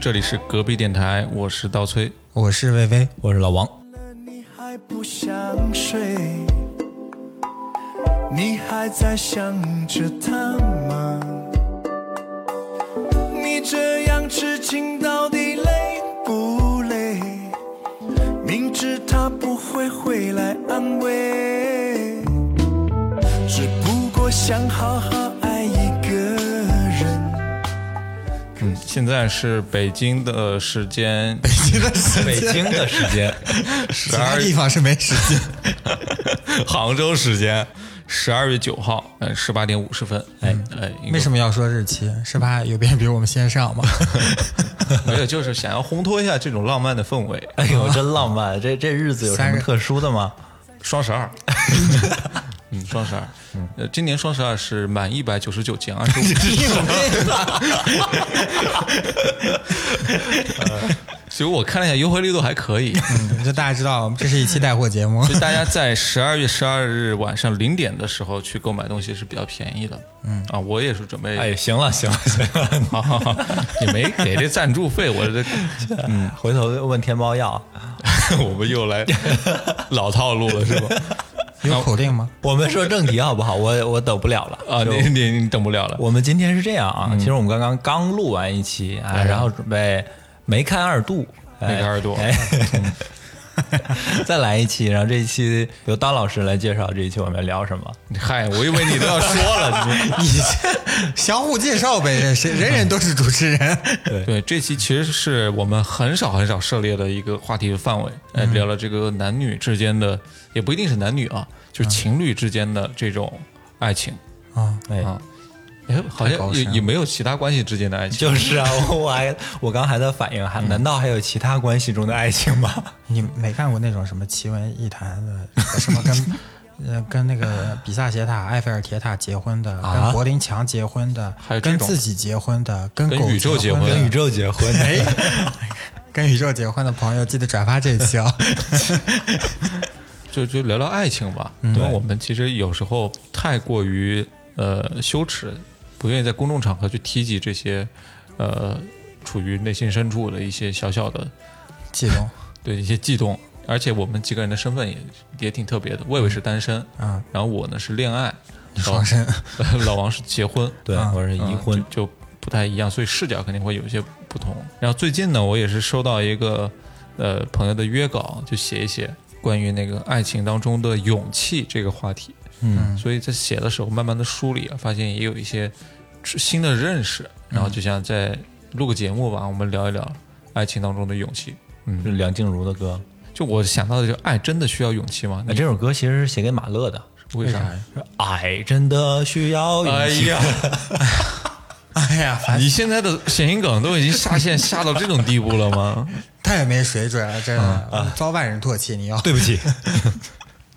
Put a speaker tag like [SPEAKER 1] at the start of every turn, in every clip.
[SPEAKER 1] 这里是隔壁电台，我是刀崔，
[SPEAKER 2] 我是魏巍，
[SPEAKER 3] 我是老王。
[SPEAKER 4] 你还不想睡？你还在想着他吗？你这样痴情到底累不累？明知他不会回来安慰，只不过想好好爱一个人。
[SPEAKER 1] 嗯，现在是北京的时间
[SPEAKER 2] 北京的时
[SPEAKER 3] 北
[SPEAKER 2] 间，
[SPEAKER 3] 京的时间，
[SPEAKER 2] 其
[SPEAKER 1] 十
[SPEAKER 2] 他
[SPEAKER 1] 二
[SPEAKER 2] 地方 是没时间。
[SPEAKER 1] 杭州时间十二月九号，呃，十八点五十分。哎哎，
[SPEAKER 2] 为嗯什
[SPEAKER 1] 么？
[SPEAKER 2] 么要说日期？是怕有别人比我们先上吗？
[SPEAKER 1] 没有，就是想要烘托一下这种浪漫的氛围。
[SPEAKER 3] 哎呦，真浪漫！这这日子有什
[SPEAKER 2] 三
[SPEAKER 3] 么
[SPEAKER 2] 个
[SPEAKER 3] 特殊的吗？
[SPEAKER 1] 双十二， 嗯，双十二，呃，今年双十二是满一百九十九 减二十五， 所以呃我看了一下优惠力度还可以。
[SPEAKER 2] 嗯，就大家知道，我们这是一期带货节目。
[SPEAKER 1] 所以大家在十二月十二日晚上零点的时候去购买东西是比较便宜的。嗯啊，我也是准备，
[SPEAKER 3] 哎，行了行了行了，
[SPEAKER 1] 好好好， 你没给这赞助费，我这
[SPEAKER 3] 嗯，回头问天猫要。
[SPEAKER 1] 我们又来老套路了，是吧？
[SPEAKER 2] 有口令吗？
[SPEAKER 3] 我们说正题好不好？我我等不了了
[SPEAKER 1] 啊，
[SPEAKER 3] 就
[SPEAKER 1] 你你你等不了了。
[SPEAKER 3] 我们今天是这样啊，其实我们刚刚刚录完一期啊，然后准备梅开二度，
[SPEAKER 1] 梅开二度
[SPEAKER 3] 哎 哎再来一期，然后这一期由当老师来介绍这一期我们要聊什么。
[SPEAKER 1] 嗨，我以为你都要说了。你
[SPEAKER 2] 你这 相互介绍呗，人谁人人都是主持 人。
[SPEAKER 1] 对，这期其实是我们很少很少涉猎的一个话题的范围，哎，聊了这个男女之间的，也不一定是男女啊，就是情侣之间的这种爱情
[SPEAKER 2] 啊，
[SPEAKER 3] 哎，
[SPEAKER 1] 啊，哎，好
[SPEAKER 2] 太
[SPEAKER 1] 像
[SPEAKER 2] 高
[SPEAKER 1] 也
[SPEAKER 2] 深了
[SPEAKER 1] 也没有其他关系之间的爱情，
[SPEAKER 3] 就是啊，我我还我刚还在反应，还难道还有其他关系中的爱情吗？
[SPEAKER 2] 你没看过那种什么奇闻异谈的，什么跟呃跟那个比萨斜塔、埃菲尔铁塔结婚的，
[SPEAKER 3] 啊
[SPEAKER 2] 跟柏林墙结婚的
[SPEAKER 1] 还有，这
[SPEAKER 2] 跟
[SPEAKER 1] 种
[SPEAKER 2] 自己结婚的，跟
[SPEAKER 1] 跟
[SPEAKER 2] 狗
[SPEAKER 1] 宇宙结
[SPEAKER 2] 婚
[SPEAKER 1] 婚
[SPEAKER 2] 的
[SPEAKER 3] 跟宇宙结婚？
[SPEAKER 2] 哎，跟宇宙结婚的朋友记得转发这一期 哦。
[SPEAKER 1] 就就聊聊爱情吧，因为我们其实有时候太过于呃羞耻，不愿意在公众场合去提及这些呃处于内心深处的一些小小的
[SPEAKER 2] 季冬
[SPEAKER 1] 对一些悸动，而且我们几个人的身份也也挺特别的。魏伟是单身，
[SPEAKER 2] 啊，
[SPEAKER 1] 然后我呢是恋爱，
[SPEAKER 2] 双身，
[SPEAKER 1] 老老王是结婚，
[SPEAKER 3] 对，
[SPEAKER 2] 啊
[SPEAKER 3] 我是
[SPEAKER 1] 嗯
[SPEAKER 3] 已婚。
[SPEAKER 1] 就就不太一样，所以视角肯定会有一些不同。然后最近呢，我也是收到一个呃朋友的约稿，就写一写关于那个爱情当中的勇气这个话题。
[SPEAKER 3] 嗯，
[SPEAKER 1] 所以在写的时候，慢慢的梳理啊，发现也有一些新的认识，然后就想再录个节目吧，我们聊一聊爱情当中的勇气。嗯，
[SPEAKER 3] 是梁静茹的歌。
[SPEAKER 1] 就我想到的，就是爱真的需要勇气吗？
[SPEAKER 3] 哎，这首歌其实是写给马勒的。
[SPEAKER 1] 你为啥呀？
[SPEAKER 3] 是爱真的需要勇气。
[SPEAKER 1] 哎呀，
[SPEAKER 2] 哎呀，反正
[SPEAKER 1] 你现在的谐音梗都已经下线下到这种地步了吗？
[SPEAKER 2] 太没水准了，真的，遭万人唾弃。你要，
[SPEAKER 3] 嗯啊对不起，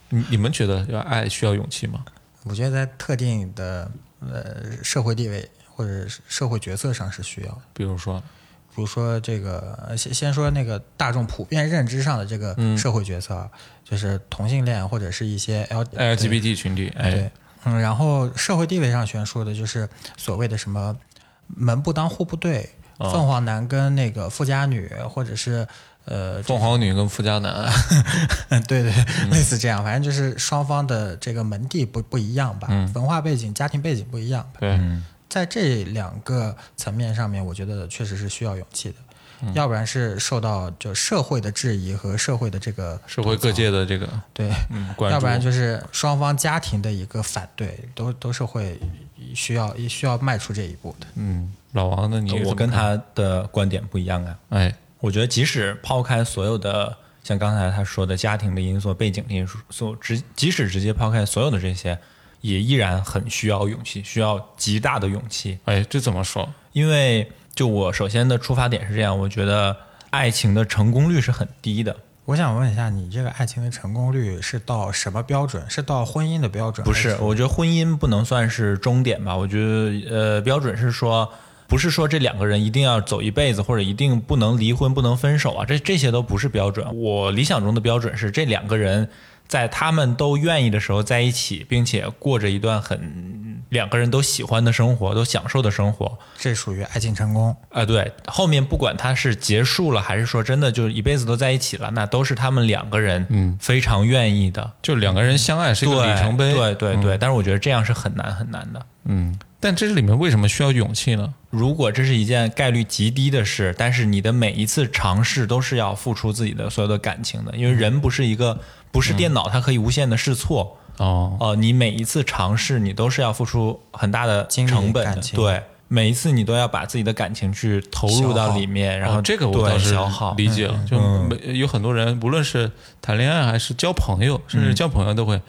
[SPEAKER 1] 你你们觉得要爱需要勇气吗？
[SPEAKER 2] 我觉得在特定的呃社会地位或者是社会角色上是需要的。
[SPEAKER 1] 比如说，
[SPEAKER 2] 比如说这个，呃先先说那个大众普遍认知上的这个
[SPEAKER 3] 嗯
[SPEAKER 2] 社会角色，啊，就是同性恋或者是一些 L 对
[SPEAKER 1] LGBT 群体，哎
[SPEAKER 2] 对，，嗯，然后社会地位上悬殊的就是所谓的什么门不当户不对，
[SPEAKER 3] 哦
[SPEAKER 2] 凤凰男跟那个富家女，或者是呃，
[SPEAKER 1] 凤凰女跟富家男，
[SPEAKER 2] 对对，
[SPEAKER 1] 嗯
[SPEAKER 2] 类似这样，反正就是双方的这个门第不不一样吧，文化背景、家庭背景不一样吧，
[SPEAKER 1] 嗯对，
[SPEAKER 2] 在这两个层面上面，我觉得确实是需要勇气的。
[SPEAKER 1] 嗯
[SPEAKER 2] 要不然是受到就社会的质疑和社会的这个
[SPEAKER 1] 社会各界的这个
[SPEAKER 2] 对，
[SPEAKER 1] 嗯关注，
[SPEAKER 2] 要不然就是双方家庭的一个反对，都都是会需要需要迈出这一步的。
[SPEAKER 1] 嗯，老王呢，你怎么
[SPEAKER 3] 我跟
[SPEAKER 1] 看，
[SPEAKER 3] 他的观点不一样啊。
[SPEAKER 1] 哎，
[SPEAKER 3] 我觉得即使抛开所有的像刚才他说的家庭的因素、背景的因素，所直即使直接抛开所有的这些，也依然很需要勇气，需要极大的勇气。
[SPEAKER 1] 哎，这怎么说？
[SPEAKER 3] 因为就我首先的出发点是这样，我觉得爱情的成功率是很低的。
[SPEAKER 2] 我想问一下，你这个爱情的成功率是到什么标准？是到婚姻的标准？
[SPEAKER 3] 不是，我觉得婚姻不能算是终点吧。我觉得呃，标准是说，不是说这两个人一定要走一辈子，或者一定不能离婚、不能分手啊，这这些都不是标准。我理想中的标准是这两个人在他们都愿意的时候在一起，并且过着一段很两个人都喜欢的生活、都享受的生活。
[SPEAKER 2] 这属于爱情成功。
[SPEAKER 3] 啊、对，后面不管他是结束了，还是说真的就一辈子都在一起了，那都是他们两个人嗯非常愿意的。
[SPEAKER 1] 就两个人相爱是一个
[SPEAKER 3] 对
[SPEAKER 1] 里程碑。
[SPEAKER 3] 对对对，但是我觉得这样是很难很难的。
[SPEAKER 1] 嗯，但这里面为什么需要勇气呢？
[SPEAKER 3] 如果这是一件概率极低的事，但是你的每一次尝试都是要付出自己的所有的感情的，因为人不是一个不是电脑，它可以无限的试错。
[SPEAKER 1] 哦，
[SPEAKER 3] 呃，你每一次尝试，你都是要付出很大的
[SPEAKER 2] 精力
[SPEAKER 3] 成本
[SPEAKER 2] 感
[SPEAKER 3] 的，
[SPEAKER 2] 情
[SPEAKER 3] 对，每一次你都要把自己的感情去投入
[SPEAKER 2] 消
[SPEAKER 3] 到
[SPEAKER 2] 耗
[SPEAKER 3] 里面，然后
[SPEAKER 1] 哦这个我
[SPEAKER 3] 对
[SPEAKER 1] 倒是
[SPEAKER 3] 消耗嗯
[SPEAKER 1] 理解了，就没有很多人，无论是谈恋爱还是交朋友，甚至
[SPEAKER 3] 嗯
[SPEAKER 1] 交朋友都会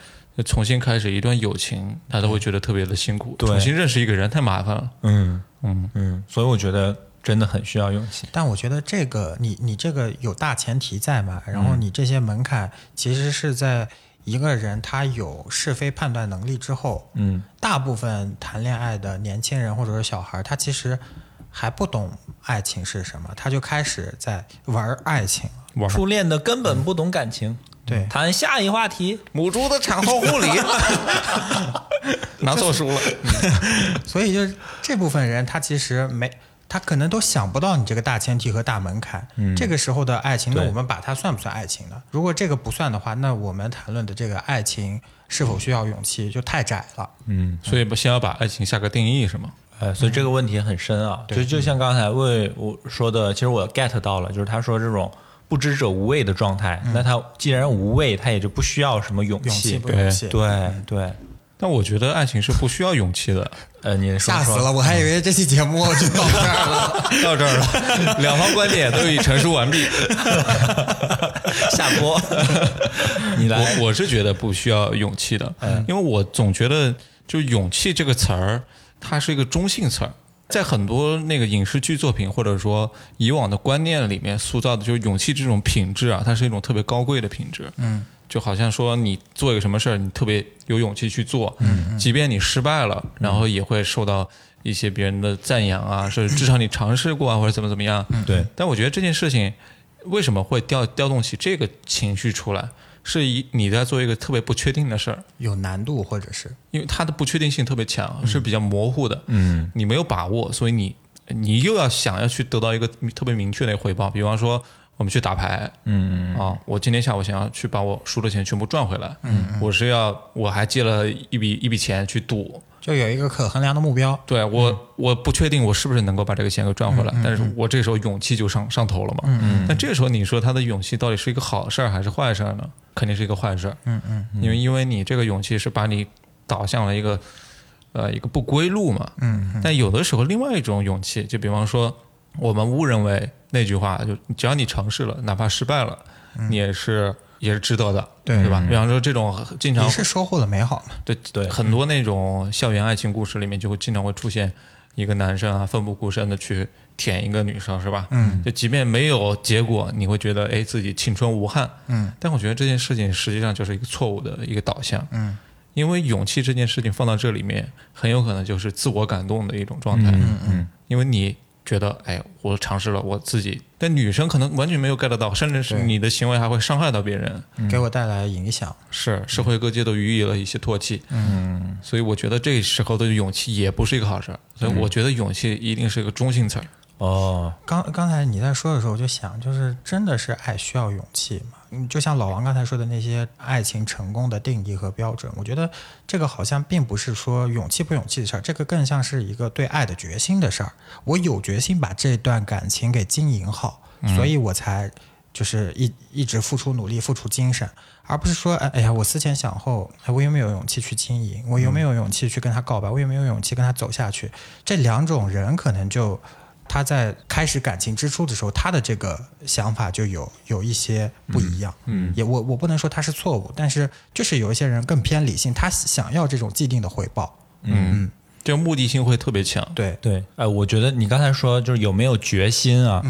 [SPEAKER 1] 重新开始一段友情，他都会觉得特别的辛苦，
[SPEAKER 3] 对
[SPEAKER 1] 重新认识一个人太麻烦了。
[SPEAKER 3] 嗯嗯嗯，所以我觉得真的很需要勇气。
[SPEAKER 2] 但我觉得这个你你这个有大前提在嘛，然
[SPEAKER 1] 嗯
[SPEAKER 2] 后你这些门槛其实是在一个人他有是非判断能力之后，
[SPEAKER 3] 嗯，
[SPEAKER 2] 大部分谈恋爱的年轻人或者是小孩儿，他其实还不懂爱情是什么，他就开始在玩儿爱情了。
[SPEAKER 1] 玩
[SPEAKER 3] 初恋的根本不懂感情，
[SPEAKER 2] 对
[SPEAKER 3] 谈下一话题。
[SPEAKER 1] 母猪的产后护理，拿错书了。
[SPEAKER 2] 所以就是这部分人，他其实没，他可能都想不到你这个大前提和大门槛。这个时候的爱情，那
[SPEAKER 3] 对
[SPEAKER 2] 我们把它算不算爱情呢？如果这个不算的话，那我们谈论的这个爱情是否需要勇气就太窄了。
[SPEAKER 3] 嗯，
[SPEAKER 1] 所以先要把爱情下个定义是吗？
[SPEAKER 3] 呃，所以这个问题很深啊，就就像刚才魏我说的，其实我 get 到了，就是他说这种不知者无畏的状态，那他既然无畏，他也就不需要什么勇
[SPEAKER 2] 勇气
[SPEAKER 3] 气。
[SPEAKER 2] 不勇气？
[SPEAKER 3] 对对，
[SPEAKER 1] 但我觉得爱情是不需要勇气的。
[SPEAKER 3] 呃，你说
[SPEAKER 2] 吓死
[SPEAKER 3] 说，
[SPEAKER 2] 了！我还以为这期节目就到这儿了。
[SPEAKER 1] 到这儿了，两方观点都已陈述完毕。
[SPEAKER 3] 下播，你来，
[SPEAKER 1] 我我是觉得不需要勇气的，因为我总觉得就勇气这个词儿，它是一个中性词儿，在很多那个影视剧作品或者说以往的观念里面塑造的，就是勇气这种品质啊，它是一种特别高贵的品质。嗯，就好像说你做一个什么事儿，你特别有勇气去做，嗯，即便你失败了，然后也会受到。一些别人的赞扬啊，是至少你尝试过啊，或者怎么怎么样，
[SPEAKER 3] 嗯对，
[SPEAKER 1] 但我觉得这件事情为什么会调调动起这个情绪出来，是以你在做一个特别不确定的事儿，
[SPEAKER 2] 有难度，或者是
[SPEAKER 1] 因为它的不确定性特别强，是比较模糊的，
[SPEAKER 3] 嗯，
[SPEAKER 1] 你没有把握，所以你你又要想要去得到一个特别明确的回报，比方说我们去打牌，
[SPEAKER 3] 嗯
[SPEAKER 1] 啊，我今天下午想要去把我输的钱全部赚回来，嗯，我是要我还借了一笔一笔钱去赌，
[SPEAKER 2] 就有一个可衡量的目标。
[SPEAKER 1] 对我，我不确定我是不是能够把这个钱给赚回来，但是我这时候勇气就上上头了嘛。嗯但这时候你说他的勇气到底是一个好事儿还是坏事儿呢？肯定是一个坏事儿。嗯嗯，因为因为你这个勇气是把你导向了一个呃一个不归路嘛。嗯。但有的时候另外一种勇气，就比方说我们误认为那句话，就只要你尝试了，哪怕失败了，你也是也是值得的，
[SPEAKER 2] 对
[SPEAKER 1] 嗯对吧？嗯比方说这种经常
[SPEAKER 2] 也是收获了美好嘛？
[SPEAKER 1] 对
[SPEAKER 3] 对
[SPEAKER 1] 很多那种校园爱情故事里面就会经常会出现一个男生啊，奋不顾身的去舔一个女生，是吧？嗯，就即便没有结果，你会觉得哎自己青春无憾，嗯，但我觉得这件事情实际上就是一个错误的一个导向，嗯，因为勇气这件事情放到这里面，很有可能就是自我感动的一种状态，嗯嗯，因为你。觉得哎，我尝试了我自己，但女生可能完全没有 get 到，甚至是
[SPEAKER 2] 对
[SPEAKER 1] 你的行为还会伤害到别人。
[SPEAKER 2] 给我带来影响。
[SPEAKER 1] 是社会各界都予以了一些唾弃，嗯，所以我觉得这时候的勇气也不是一个好事儿，所以我觉得勇气一定是一个中性词儿，
[SPEAKER 3] 哦，
[SPEAKER 2] 刚刚才你在说的时候，我就想，就是真的是爱需要勇气嘛？嗯就像老王刚才说的那些爱情成功的定义和标准，我觉得这个好像并不是说勇气不勇气的事儿，这个更像是一个对爱的决心的事儿。我有决心把这段感情给经营好，所以我才就是一一直付出努力、付出精神，而不是说，哎哎呀，我思前想后，哎，我有没有勇气去经营？我有没有勇气去跟他告白？我有没有勇气跟他走下去？这两种人可能就他在开始感情之初的时候，他的这个想法就有有一些不一样。嗯，也我我不能说他是错误，但是就是有一些人更偏理性，他想要这种既定的回报。
[SPEAKER 1] 嗯，这个目的性会特别强，
[SPEAKER 2] 对，
[SPEAKER 3] 对，哎、我觉得你刚才说就是有没有决心啊？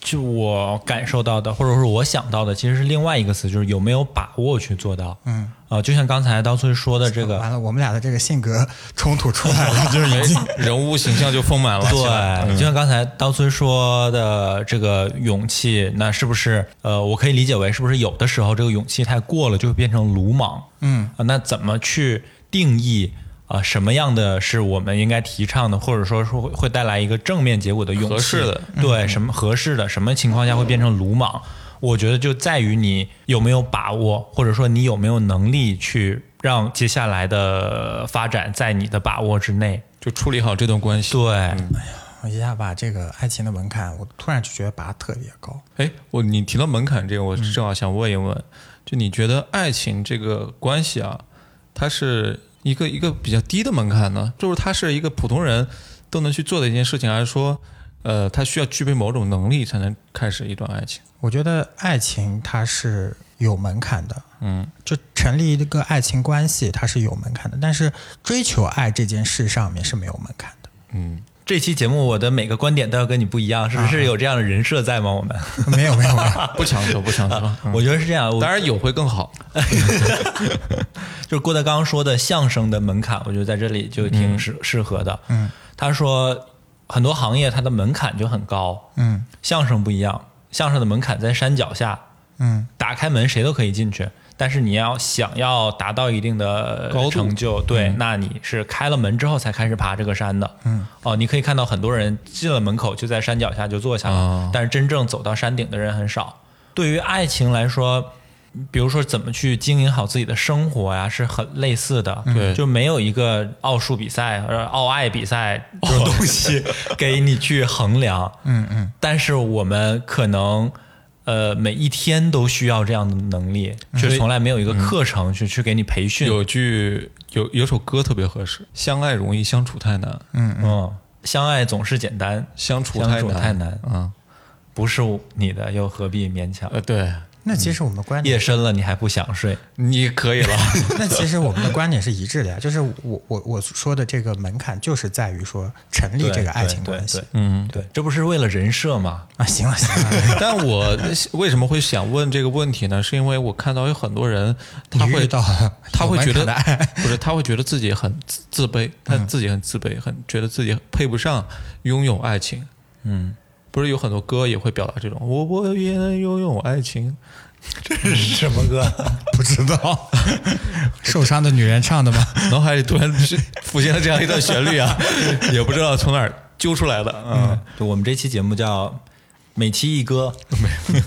[SPEAKER 3] 就我感受到的，或者说我想到的，其实是另外一个词，就是有没有把握去做到。嗯，啊、就像刚才刀崔说的这个，
[SPEAKER 2] 完了，我们俩的这个性格冲突出来了， 就是已经
[SPEAKER 1] 人物形象就丰满了。起来
[SPEAKER 3] 对，就像刚才刀崔说的这个勇气，那是不是呃，我可以理解为是不是有的时候这个勇气太过了，就会变成鲁莽？嗯、那怎么去定义？啊、什么样的是我们应该提倡的，或者说是会会带来一个正面结果的勇气？
[SPEAKER 1] 合适的嗯
[SPEAKER 3] 对，什么合适的，什么情况下会变成鲁莽？我觉得就在于你有没有把握，或者说你有没有能力去让接下来的发展在你的把握之内。
[SPEAKER 1] 就处理好这段关系。
[SPEAKER 3] 对，
[SPEAKER 1] 嗯
[SPEAKER 2] 我一下把这个爱情的门槛，我突然就觉得拔得特别高。
[SPEAKER 1] 哎，我你提到门槛这个，我正好想问一问，就你觉得爱情这个关系啊，它是一个一个比较低的门槛呢？就是它是一个普通人都能去做的一件事情，还是说，呃，他需要具备某种能力才能开始一段爱情？
[SPEAKER 2] 我觉得爱情它是有门槛的，嗯，就成立一个爱情关系，它是有门槛的，但是追求爱这件事上面是没有门槛的。
[SPEAKER 1] 嗯，
[SPEAKER 3] 这期节目我的每个观点都要跟你不一样，是不
[SPEAKER 1] 啊
[SPEAKER 3] 是有这样的人设在吗？我们，
[SPEAKER 2] 没有没有没有，
[SPEAKER 1] 不强求，不强求。
[SPEAKER 3] 我觉得是这样。我
[SPEAKER 1] 啊嗯当然有会更好，
[SPEAKER 3] 就是郭德纲说的相声的门槛，我觉得在这里就挺适、适合的。嗯，他说很多行业它的门槛就很高，
[SPEAKER 2] 嗯
[SPEAKER 3] 相声不一样，相声的门槛在山脚下，
[SPEAKER 2] 嗯，
[SPEAKER 3] 打开门谁都可以进去，但是你要想要达到一定的
[SPEAKER 1] 高度嗯
[SPEAKER 3] 成就，对，那你是开了门之后才开始爬这个山的。嗯，哦，你可以看到很多人进了门口就在山脚下就坐下了，
[SPEAKER 1] 哦
[SPEAKER 3] 但是真正走到山顶的人很少。对于爱情来说。比如说，怎么去经营好自己的生活呀，是很类似的。
[SPEAKER 1] 对
[SPEAKER 3] 就没有一个奥数比赛呃奥爱比赛这种东西给你去衡量。
[SPEAKER 2] 嗯嗯，
[SPEAKER 3] 但是我们可能呃每一天都需要这样的能力，却从来没有一个课程去、去给你培训。
[SPEAKER 1] 有嗯句有有首歌特别合适：相爱容易相处太难，
[SPEAKER 3] 嗯，相爱总是简单，
[SPEAKER 1] 相处
[SPEAKER 3] 相
[SPEAKER 1] 太
[SPEAKER 3] 处
[SPEAKER 1] 难，
[SPEAKER 3] 太难，
[SPEAKER 1] 嗯，
[SPEAKER 3] 不是你的又何必勉强？
[SPEAKER 1] 呃，对，
[SPEAKER 2] 那其实我们的观点
[SPEAKER 1] 嗯
[SPEAKER 3] 夜深了你还不想睡，
[SPEAKER 1] 你可以 了。
[SPEAKER 2] 那其实我们的观点是一致的呀，就是我我我说的这个门槛就是在于说成立
[SPEAKER 3] 对
[SPEAKER 2] 这个爱
[SPEAKER 3] 对
[SPEAKER 2] 情
[SPEAKER 3] 对
[SPEAKER 2] 关系
[SPEAKER 3] 对嗯，对，这不是为了人 设吗？
[SPEAKER 2] 啊。行了行 了，
[SPEAKER 1] 但我为什么会想问这个问题呢？是因为我看到有很多人，他
[SPEAKER 2] 你遇
[SPEAKER 1] 会
[SPEAKER 2] 到了
[SPEAKER 1] 他会觉
[SPEAKER 2] 有门槛的
[SPEAKER 1] 得
[SPEAKER 2] 爱
[SPEAKER 1] 不是，他会觉得自己很自自卑，他自己很自卑，很觉得自己配不上拥有爱情。
[SPEAKER 3] 嗯，
[SPEAKER 1] 不是有很多歌也会表达这种，我我也能拥有爱情。
[SPEAKER 3] 什么歌？
[SPEAKER 2] 不知 道受伤的女人唱的吗？
[SPEAKER 1] 脑海里突然是浮现了这样一段旋律啊，也不知道从哪儿揪出来的。嗯，
[SPEAKER 3] 就我们这期节目叫每期 一歌，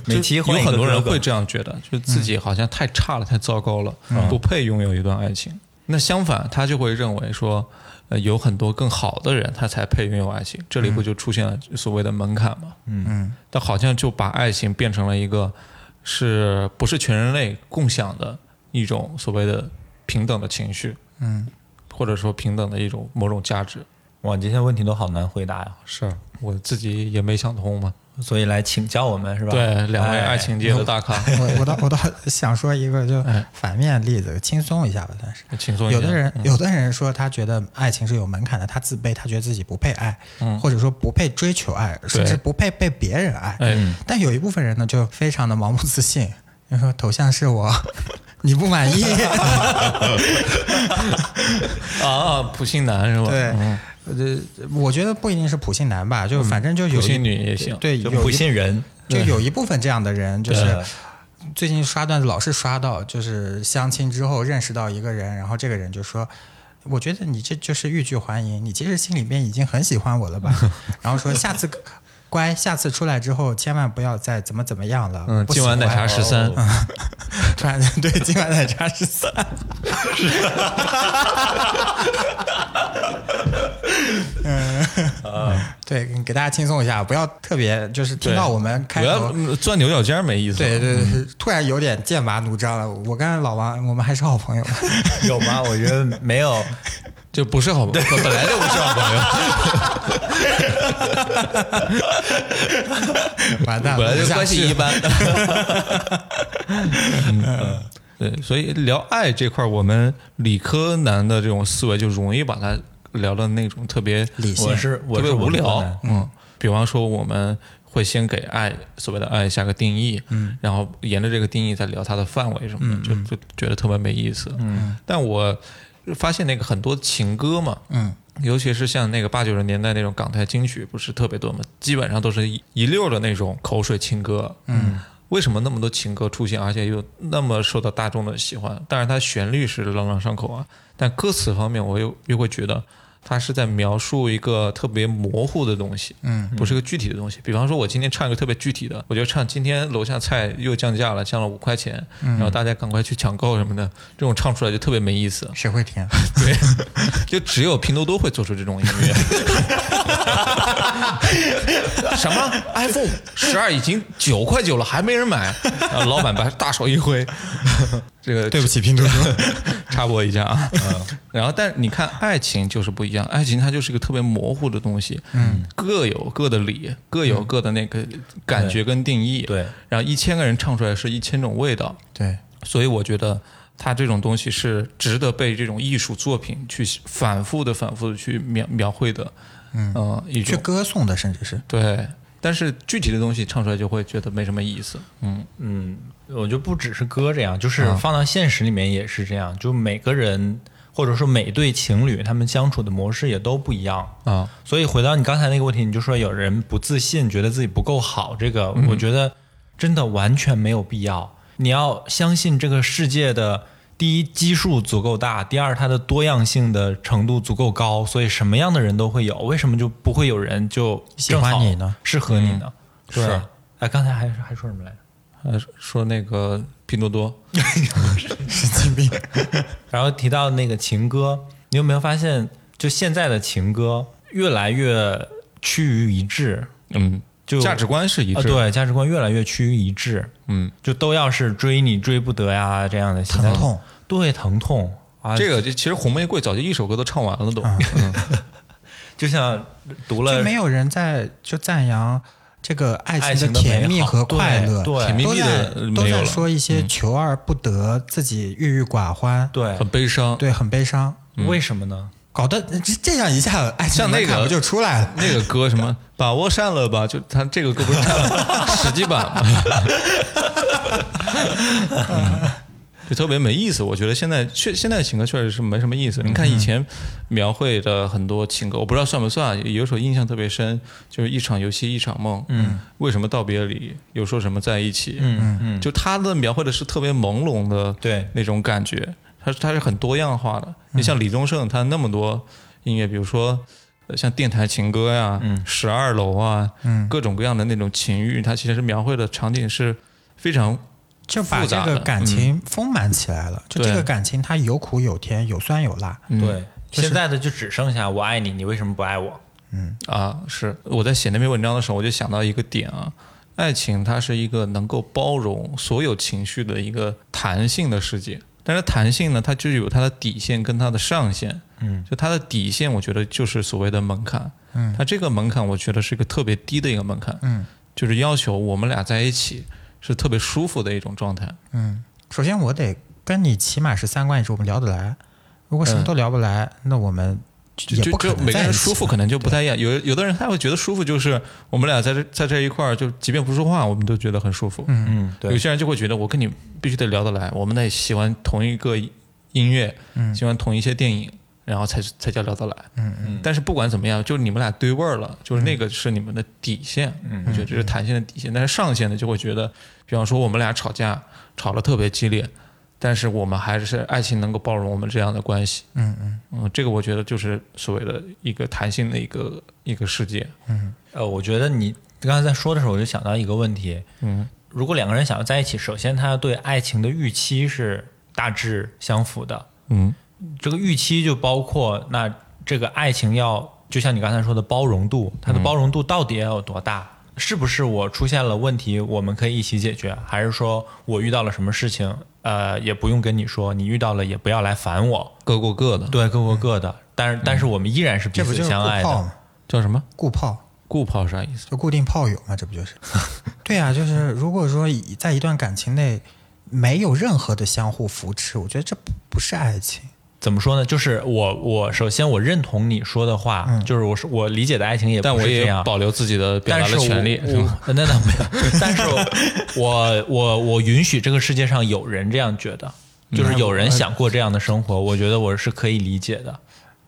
[SPEAKER 3] 每期
[SPEAKER 1] 有
[SPEAKER 3] 换一
[SPEAKER 1] 很
[SPEAKER 3] 个
[SPEAKER 1] 多人
[SPEAKER 3] 歌嗯吧
[SPEAKER 1] 会这样觉得，就是自己好像太差了，太糟糕了，
[SPEAKER 3] 嗯
[SPEAKER 1] 不配拥有一段爱情。那相反，他就会认为说，呃，有很多更好的人，他才配拥有爱情。这
[SPEAKER 3] 嗯
[SPEAKER 1] 里不就出现了所谓的门槛吗？嗯嗯。但好像就把爱情变成了一个是不是全人类共享的一种所谓的平等的情绪？嗯，或者说平等的一种某种价值。
[SPEAKER 3] 哇，这些问题都好难回答呀，
[SPEAKER 1] 是我自己也没想通嘛。
[SPEAKER 3] 所以来请教我们是吧？
[SPEAKER 1] 对，两位
[SPEAKER 3] 哎
[SPEAKER 1] 爱情界的大 咖，
[SPEAKER 2] 我我倒我倒想说一个就
[SPEAKER 1] 哎
[SPEAKER 2] 反面例子，轻松一下吧，算是。
[SPEAKER 1] 轻松一
[SPEAKER 2] 有
[SPEAKER 1] 点。嗯
[SPEAKER 2] 的人，有的人说他觉得爱情是有门槛的，他自卑，他觉得自己不配爱，
[SPEAKER 1] 嗯
[SPEAKER 2] 或者说不配追求爱，甚至不配被别人爱。
[SPEAKER 1] 哎
[SPEAKER 2] 但有一部分人呢，就非常的盲目自信，就说头像是我， 你不 满意，
[SPEAKER 1] 啊，普信男是吧？
[SPEAKER 2] 对
[SPEAKER 1] 嗯，
[SPEAKER 2] 呃，我觉得不一定是普信男吧，就反正就有
[SPEAKER 1] 普
[SPEAKER 2] 一
[SPEAKER 1] 信女也行。
[SPEAKER 2] 对，
[SPEAKER 3] 就
[SPEAKER 2] 有
[SPEAKER 3] 不
[SPEAKER 2] 一
[SPEAKER 3] 信人，
[SPEAKER 2] 就有一部分这样的人，就是
[SPEAKER 3] 对
[SPEAKER 2] 最近刷段子老是刷到，就是相亲之后认识到一个人，然后这个人就说。我觉得你这就是欲拒还迎，你其实心里边已经很喜欢我 了吧？然后说下次乖，下次出来之后千万不要再怎么怎么样了。
[SPEAKER 1] 嗯，
[SPEAKER 2] 不喜
[SPEAKER 1] 今晚奶茶
[SPEAKER 2] 欢
[SPEAKER 1] 十三，
[SPEAKER 2] 突然间 对今晚奶茶十三，嗯，对，给大家轻松一下，不要特别就是听到我们开
[SPEAKER 1] 不要
[SPEAKER 2] 头，
[SPEAKER 1] 嗯钻牛角尖儿没意思。
[SPEAKER 2] 对，对对，突然有点剑拔弩张了。我跟老王，我们还是好朋友。
[SPEAKER 3] 有吗？我觉得没有。
[SPEAKER 1] 就不是好朋友，本来就不是好朋友，
[SPEAKER 2] 完蛋了，
[SPEAKER 1] 本来
[SPEAKER 2] 录
[SPEAKER 1] 就
[SPEAKER 2] 不下
[SPEAKER 1] 关
[SPEAKER 2] 去
[SPEAKER 1] 系一般。嗯，对，所以聊爱这块儿，我们理科男的这种思维就容易把它聊的那种特别
[SPEAKER 2] 理性
[SPEAKER 3] 我是我
[SPEAKER 1] 特别
[SPEAKER 3] 是
[SPEAKER 1] 无
[SPEAKER 3] 文科
[SPEAKER 1] 聊
[SPEAKER 3] 男。
[SPEAKER 1] 嗯，比方说我们。会先给爱所谓的爱下个定义，嗯，然后沿着这个定义再聊它的范围什么的，就就觉得特别没意思。嗯，但我发现那个很多情歌嘛，
[SPEAKER 2] 嗯，
[SPEAKER 1] 尤其是像那个八九十年代那种港台金曲，不是特别多嘛，基本上都是一一溜儿的那种口水情歌。嗯，为什么那么多情歌出现，而且又那么受到大众的喜欢？当然，它旋律是朗朗上口啊，但歌词方面，我又又会觉得它是在描述一个特别模糊的东西，
[SPEAKER 2] 嗯，
[SPEAKER 1] 不是个具体的东西。比方说，我今天唱一个特别具体的，我就唱今天楼下菜又降价了，降了五块钱，
[SPEAKER 2] 嗯
[SPEAKER 1] 然后大家赶快去抢购什么的，这种唱出来就特别没意思。
[SPEAKER 2] 谁 会填？
[SPEAKER 1] 对，就只有拼多多会做出这种音乐。什么 iPhone 十二已经九块九了，还没人买？然后老板把大手一挥，这个
[SPEAKER 2] 对不起，拼多多。
[SPEAKER 1] 插播一下啊。然后，但你看爱情就是不一样，爱情它就是个特别模糊的东西，嗯，各有各的理，各有各的那个感觉跟定义，
[SPEAKER 3] 对对
[SPEAKER 1] 然后一千个人唱出来是一千种味道，
[SPEAKER 2] 对，
[SPEAKER 1] 所以我觉得它这种东西是值得被这种艺术作品去反复的、反复的去描描绘的，嗯、呃，一
[SPEAKER 2] 去
[SPEAKER 1] 种
[SPEAKER 2] 歌颂的，甚至是
[SPEAKER 1] 对。但是具体的东西唱出来就会觉得没什么意思，嗯，
[SPEAKER 3] 嗯， 我觉得不只是歌这样，就是放到现实里面也是这样，就每个人或者说每对情侣他们相处的模式也都不一样
[SPEAKER 1] 啊。
[SPEAKER 3] 所以回到你刚才那个问题，你就说有人不自信，觉得自己不够好，这个
[SPEAKER 2] 嗯
[SPEAKER 3] 我觉得真的完全没有必要。你要相信这个世界的。第一，基数足够大；第二，它的多样性的程度足够高，所以什么样的人都会有。为什么就不会有人就
[SPEAKER 2] 喜
[SPEAKER 3] 正
[SPEAKER 2] 欢
[SPEAKER 3] 好
[SPEAKER 2] 你呢
[SPEAKER 3] 适合你呢？对
[SPEAKER 1] 是。
[SPEAKER 3] 哎，刚才还还说什么来着？
[SPEAKER 1] 呃，说那个拼多多，
[SPEAKER 2] 神经病。
[SPEAKER 3] 然后提到那个情歌，你有没有发现，就现在的情歌越来越趋于一致？
[SPEAKER 1] 嗯，
[SPEAKER 3] 就
[SPEAKER 1] 价值观是一致
[SPEAKER 3] 啊，
[SPEAKER 1] 的，
[SPEAKER 3] 对，价值观越来越趋于一致，
[SPEAKER 1] 嗯，
[SPEAKER 3] 就都要是追你追不得呀这样的心态
[SPEAKER 2] 疼痛，
[SPEAKER 3] 对疼痛啊，
[SPEAKER 1] 这个就其实红玫瑰早就一首歌都唱完了都， 嗯
[SPEAKER 3] 就像读了
[SPEAKER 2] 就没有人在就赞扬这个爱
[SPEAKER 3] 爱
[SPEAKER 2] 情
[SPEAKER 3] 情的
[SPEAKER 2] 甜
[SPEAKER 3] 美
[SPEAKER 2] 蜜
[SPEAKER 3] 好
[SPEAKER 2] 和快
[SPEAKER 3] 对
[SPEAKER 2] 乐，
[SPEAKER 3] 对
[SPEAKER 1] 甜蜜
[SPEAKER 2] 都
[SPEAKER 1] 蜜
[SPEAKER 2] 在
[SPEAKER 1] 的
[SPEAKER 2] 都
[SPEAKER 1] 没有
[SPEAKER 2] 在
[SPEAKER 1] 了
[SPEAKER 2] 说一些求而不得，自己郁郁寡欢，
[SPEAKER 3] 对
[SPEAKER 1] 很，悲伤。
[SPEAKER 2] 对，很悲伤，
[SPEAKER 3] 为什么呢？
[SPEAKER 2] 搞得这这样一下，爱情
[SPEAKER 1] 像那
[SPEAKER 2] 门槛
[SPEAKER 1] 个
[SPEAKER 2] 不就出来了？
[SPEAKER 1] 那个歌什么，把我删了吧，就他这个歌不是占了 十几版吗？就特别没意思。我觉得现在确现在的情歌确实是没什么意思。你看以前描绘的很多情歌，我不知道算不算，有一首印象特别深，就是一场游戏一场梦。嗯，为什么道别离？又说什么在一起？嗯嗯，就他的描绘的是特别朦胧的，
[SPEAKER 3] 对
[SPEAKER 1] 那种感觉，它是它是很多样化的。你像李宗盛，他那么多音乐，比如说。呃像电台情歌呀、十二楼啊，各种各样的那种情欲，它其实描绘的场景是非常
[SPEAKER 2] 就把
[SPEAKER 1] 复
[SPEAKER 2] 这
[SPEAKER 1] 杂
[SPEAKER 2] 个
[SPEAKER 1] 的嗯
[SPEAKER 2] 感情丰满起来了。就这个
[SPEAKER 1] 对
[SPEAKER 2] 感情，它有苦有甜，有酸有辣。
[SPEAKER 1] 嗯
[SPEAKER 3] 对，现在的就只剩下我爱你，你为什么不爱我？
[SPEAKER 1] 啊，是我在写那篇文章的时候，我就想到一个点啊，爱情它是一个能够包容所有情绪的一个弹性的世界，但是弹性呢，它就有它的底线跟它的上限，嗯，就它的底线，我觉得就是所谓的门槛，嗯，它这个门槛我觉得是一个特别低的一个门槛，嗯，就是要求我们俩在一起是特别舒服的一种状态，
[SPEAKER 2] 嗯，首先我得跟你起码是三观一致，我们聊得来。如果什么
[SPEAKER 1] 嗯
[SPEAKER 2] 都聊不来，那我们
[SPEAKER 1] 就
[SPEAKER 2] 也
[SPEAKER 1] 就
[SPEAKER 2] 不可
[SPEAKER 1] 就
[SPEAKER 2] 能
[SPEAKER 1] 每个
[SPEAKER 2] 在一
[SPEAKER 1] 人
[SPEAKER 2] 起
[SPEAKER 1] 舒服
[SPEAKER 2] 嘛
[SPEAKER 1] 可能就不太一样，有有的人他会觉得舒服就是我们俩在这在这一块儿，就即便不说话，我们都觉得很舒服，嗯。
[SPEAKER 3] 嗯，对
[SPEAKER 1] 有，些人就会觉得我跟你必须得聊得来，我们得喜欢同一个音乐，喜欢同一些电影，然后才才叫聊得来。嗯嗯。但是不管怎么样，就是你们俩对味儿了，就是那个是你们的底线，嗯、我觉得这是弹性的底线。但是上限呢，就会觉得，比方说我们俩吵架，吵得特别激烈，但是我们还是爱情能够包容我们这样的关系。嗯嗯。嗯，这个我觉得就是所谓的一个弹性的一个一个世界。
[SPEAKER 3] 呃，我觉得你刚才在说的时候，我就想到一个问题，
[SPEAKER 1] 嗯，
[SPEAKER 3] 如果两个人想要在一起，首先他对爱情的预期是大致相符的，
[SPEAKER 1] 嗯
[SPEAKER 3] 这个预期就包括那这个爱情要，就像你刚才说的包容度，它的包容度到底要有多大？是不是我出现了问题，我们可以一起解决？还是说我遇到了什么事情，呃，也不用跟你说，你遇到了也不要来烦我，
[SPEAKER 1] 各过各的。嗯
[SPEAKER 3] 对，各过各的。但是，但是我们依然是彼
[SPEAKER 2] 这不
[SPEAKER 3] 此
[SPEAKER 2] 就是
[SPEAKER 3] 相爱
[SPEAKER 2] 固炮
[SPEAKER 3] 的。
[SPEAKER 2] 吗？
[SPEAKER 1] 叫什么？
[SPEAKER 2] 固炮
[SPEAKER 1] 顾炮啥意思？
[SPEAKER 2] 就固定炮友嘛，这不就是？ 对啊，就是如果说以在一段感情内没有任何的相互扶持，我觉得这不不是爱情。
[SPEAKER 3] 怎么说呢？就是我我首先我认同你说的话，就是我说我理解的爱情也
[SPEAKER 1] 嗯但
[SPEAKER 3] 不
[SPEAKER 1] 我
[SPEAKER 3] 是这
[SPEAKER 1] 也
[SPEAKER 3] 样，
[SPEAKER 1] 保留自己的表达的权利，
[SPEAKER 3] 但
[SPEAKER 1] 是
[SPEAKER 3] 是
[SPEAKER 1] 吗？
[SPEAKER 3] 我我那倒没有，但是 我我我允许这个世界上有人这样觉得，就是嗯有人想过这样的生活，我觉得我是可以理解的。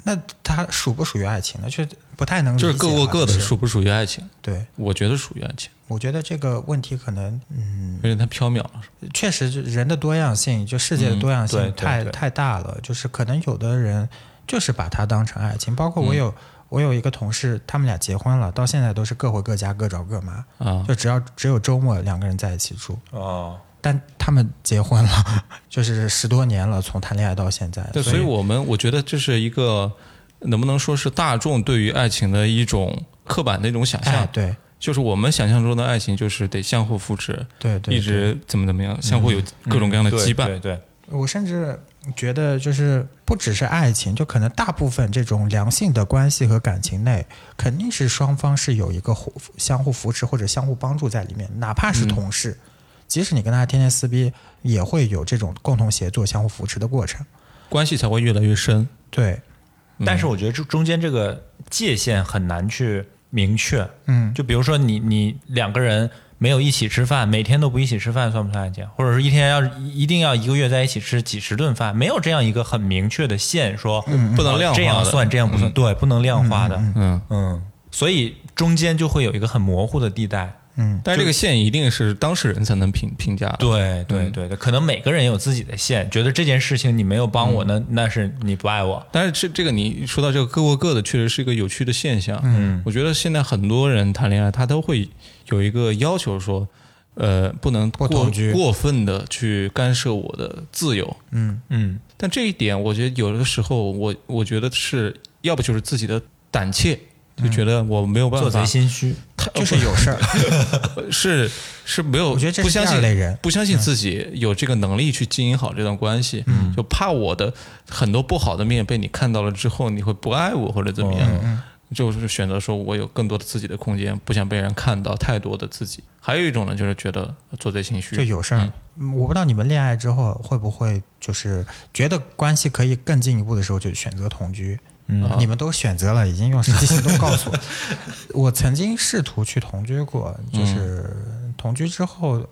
[SPEAKER 2] 那它属不属于爱情呢？却不太能理解
[SPEAKER 1] 啊就是各过
[SPEAKER 2] 好
[SPEAKER 1] 各的，
[SPEAKER 2] 像是
[SPEAKER 1] 属不属于爱情？
[SPEAKER 2] 对，
[SPEAKER 1] 我觉得属于爱情，
[SPEAKER 2] 我觉得这个问题可能，嗯，
[SPEAKER 1] 有点太缥缈了。
[SPEAKER 2] 确实就人的多样性，就世界的多样
[SPEAKER 3] 嗯对
[SPEAKER 2] 性
[SPEAKER 3] 对
[SPEAKER 2] 太、
[SPEAKER 3] 对
[SPEAKER 2] 太大了，就是可能有的人就是把它当成爱情，包
[SPEAKER 1] 嗯
[SPEAKER 2] 括我有、我有一个同事，他们俩结婚了，到现在都是各回各家，各找各妈，
[SPEAKER 1] 啊
[SPEAKER 2] 就只要只有周末两个人在一起住，
[SPEAKER 3] 哦，
[SPEAKER 2] 但他们结婚了， 就是十多年了，从谈恋爱到现在，
[SPEAKER 1] 对，所以我们我觉得这是一个能不能说是大众对于爱情的一种刻板的一种想象？
[SPEAKER 2] 哎，对
[SPEAKER 1] 就是我们想象中的爱情就是得相互扶持，
[SPEAKER 2] 对对，
[SPEAKER 1] 一直怎么怎么样，相互有各种各样的羁绊。
[SPEAKER 3] 对对，
[SPEAKER 2] 我甚至觉得，就是不只是爱情，就可能大部分这种良性的关系和感情内，肯定是双方是有一个互相互扶持或者相互帮助在里面，哪怕是同事，即使你跟他天天撕逼，也会有这种共同协作、相互扶持的过程。
[SPEAKER 1] 关系才会越来越深。
[SPEAKER 2] 对，
[SPEAKER 3] 但是我觉得这中间这个界限很难去明确。
[SPEAKER 2] 嗯，
[SPEAKER 3] 就比如说你你两个人没有一起吃饭，每天都不一起吃饭，算不算爱情？或者是一天要一定要一个月在一起吃几十顿饭，没有这样一个很明确的线，说哦
[SPEAKER 1] 不能量化的
[SPEAKER 3] 这样算，这样不算，对，不能量化的，
[SPEAKER 1] 嗯，
[SPEAKER 3] 嗯，所以中间就会有一个很模糊的地带。
[SPEAKER 1] 但是这个线一定是当事人才能评评价的。
[SPEAKER 3] 对对
[SPEAKER 1] 嗯
[SPEAKER 3] 对对，可能每个人有自己的线，觉得这件事情你没有帮我，那那是你不爱我。
[SPEAKER 1] 但是这这个你说到这个各过各的，确实是一个有趣的现象。嗯，我觉得现在很多人谈恋爱，他都会有一个要求说，呃，不能过
[SPEAKER 2] 同居
[SPEAKER 1] 过分的去干涉我的自由。
[SPEAKER 3] 嗯，
[SPEAKER 1] 但这一点，我觉得有的时候我，我觉得是要不就是自己的胆怯，就觉得我没有办
[SPEAKER 3] 做
[SPEAKER 1] 法
[SPEAKER 3] 贼，心虚。
[SPEAKER 2] 就是有事儿，
[SPEAKER 1] 呃是是没有，
[SPEAKER 2] 我觉得这是
[SPEAKER 1] 不相
[SPEAKER 2] 第
[SPEAKER 1] 信
[SPEAKER 2] 二类人嗯
[SPEAKER 1] 不相信自己有这个能力去经营好这段关系，就怕我的很多不好的面被你看到了之后，你会不爱我或者怎么
[SPEAKER 2] 嗯
[SPEAKER 1] 样。就是选择说，我有更多的自己的空间，不想被人看到太多的自己。还有一种呢，就是觉得做贼心虚，
[SPEAKER 2] 就有事儿。嗯我不知道你们恋爱之后会不会就是觉得关系可以更进一步的时候，就选择同居。嗯，你们都选择了，已经用实际行动告诉我。我曾经试图去同居过，就是同居之后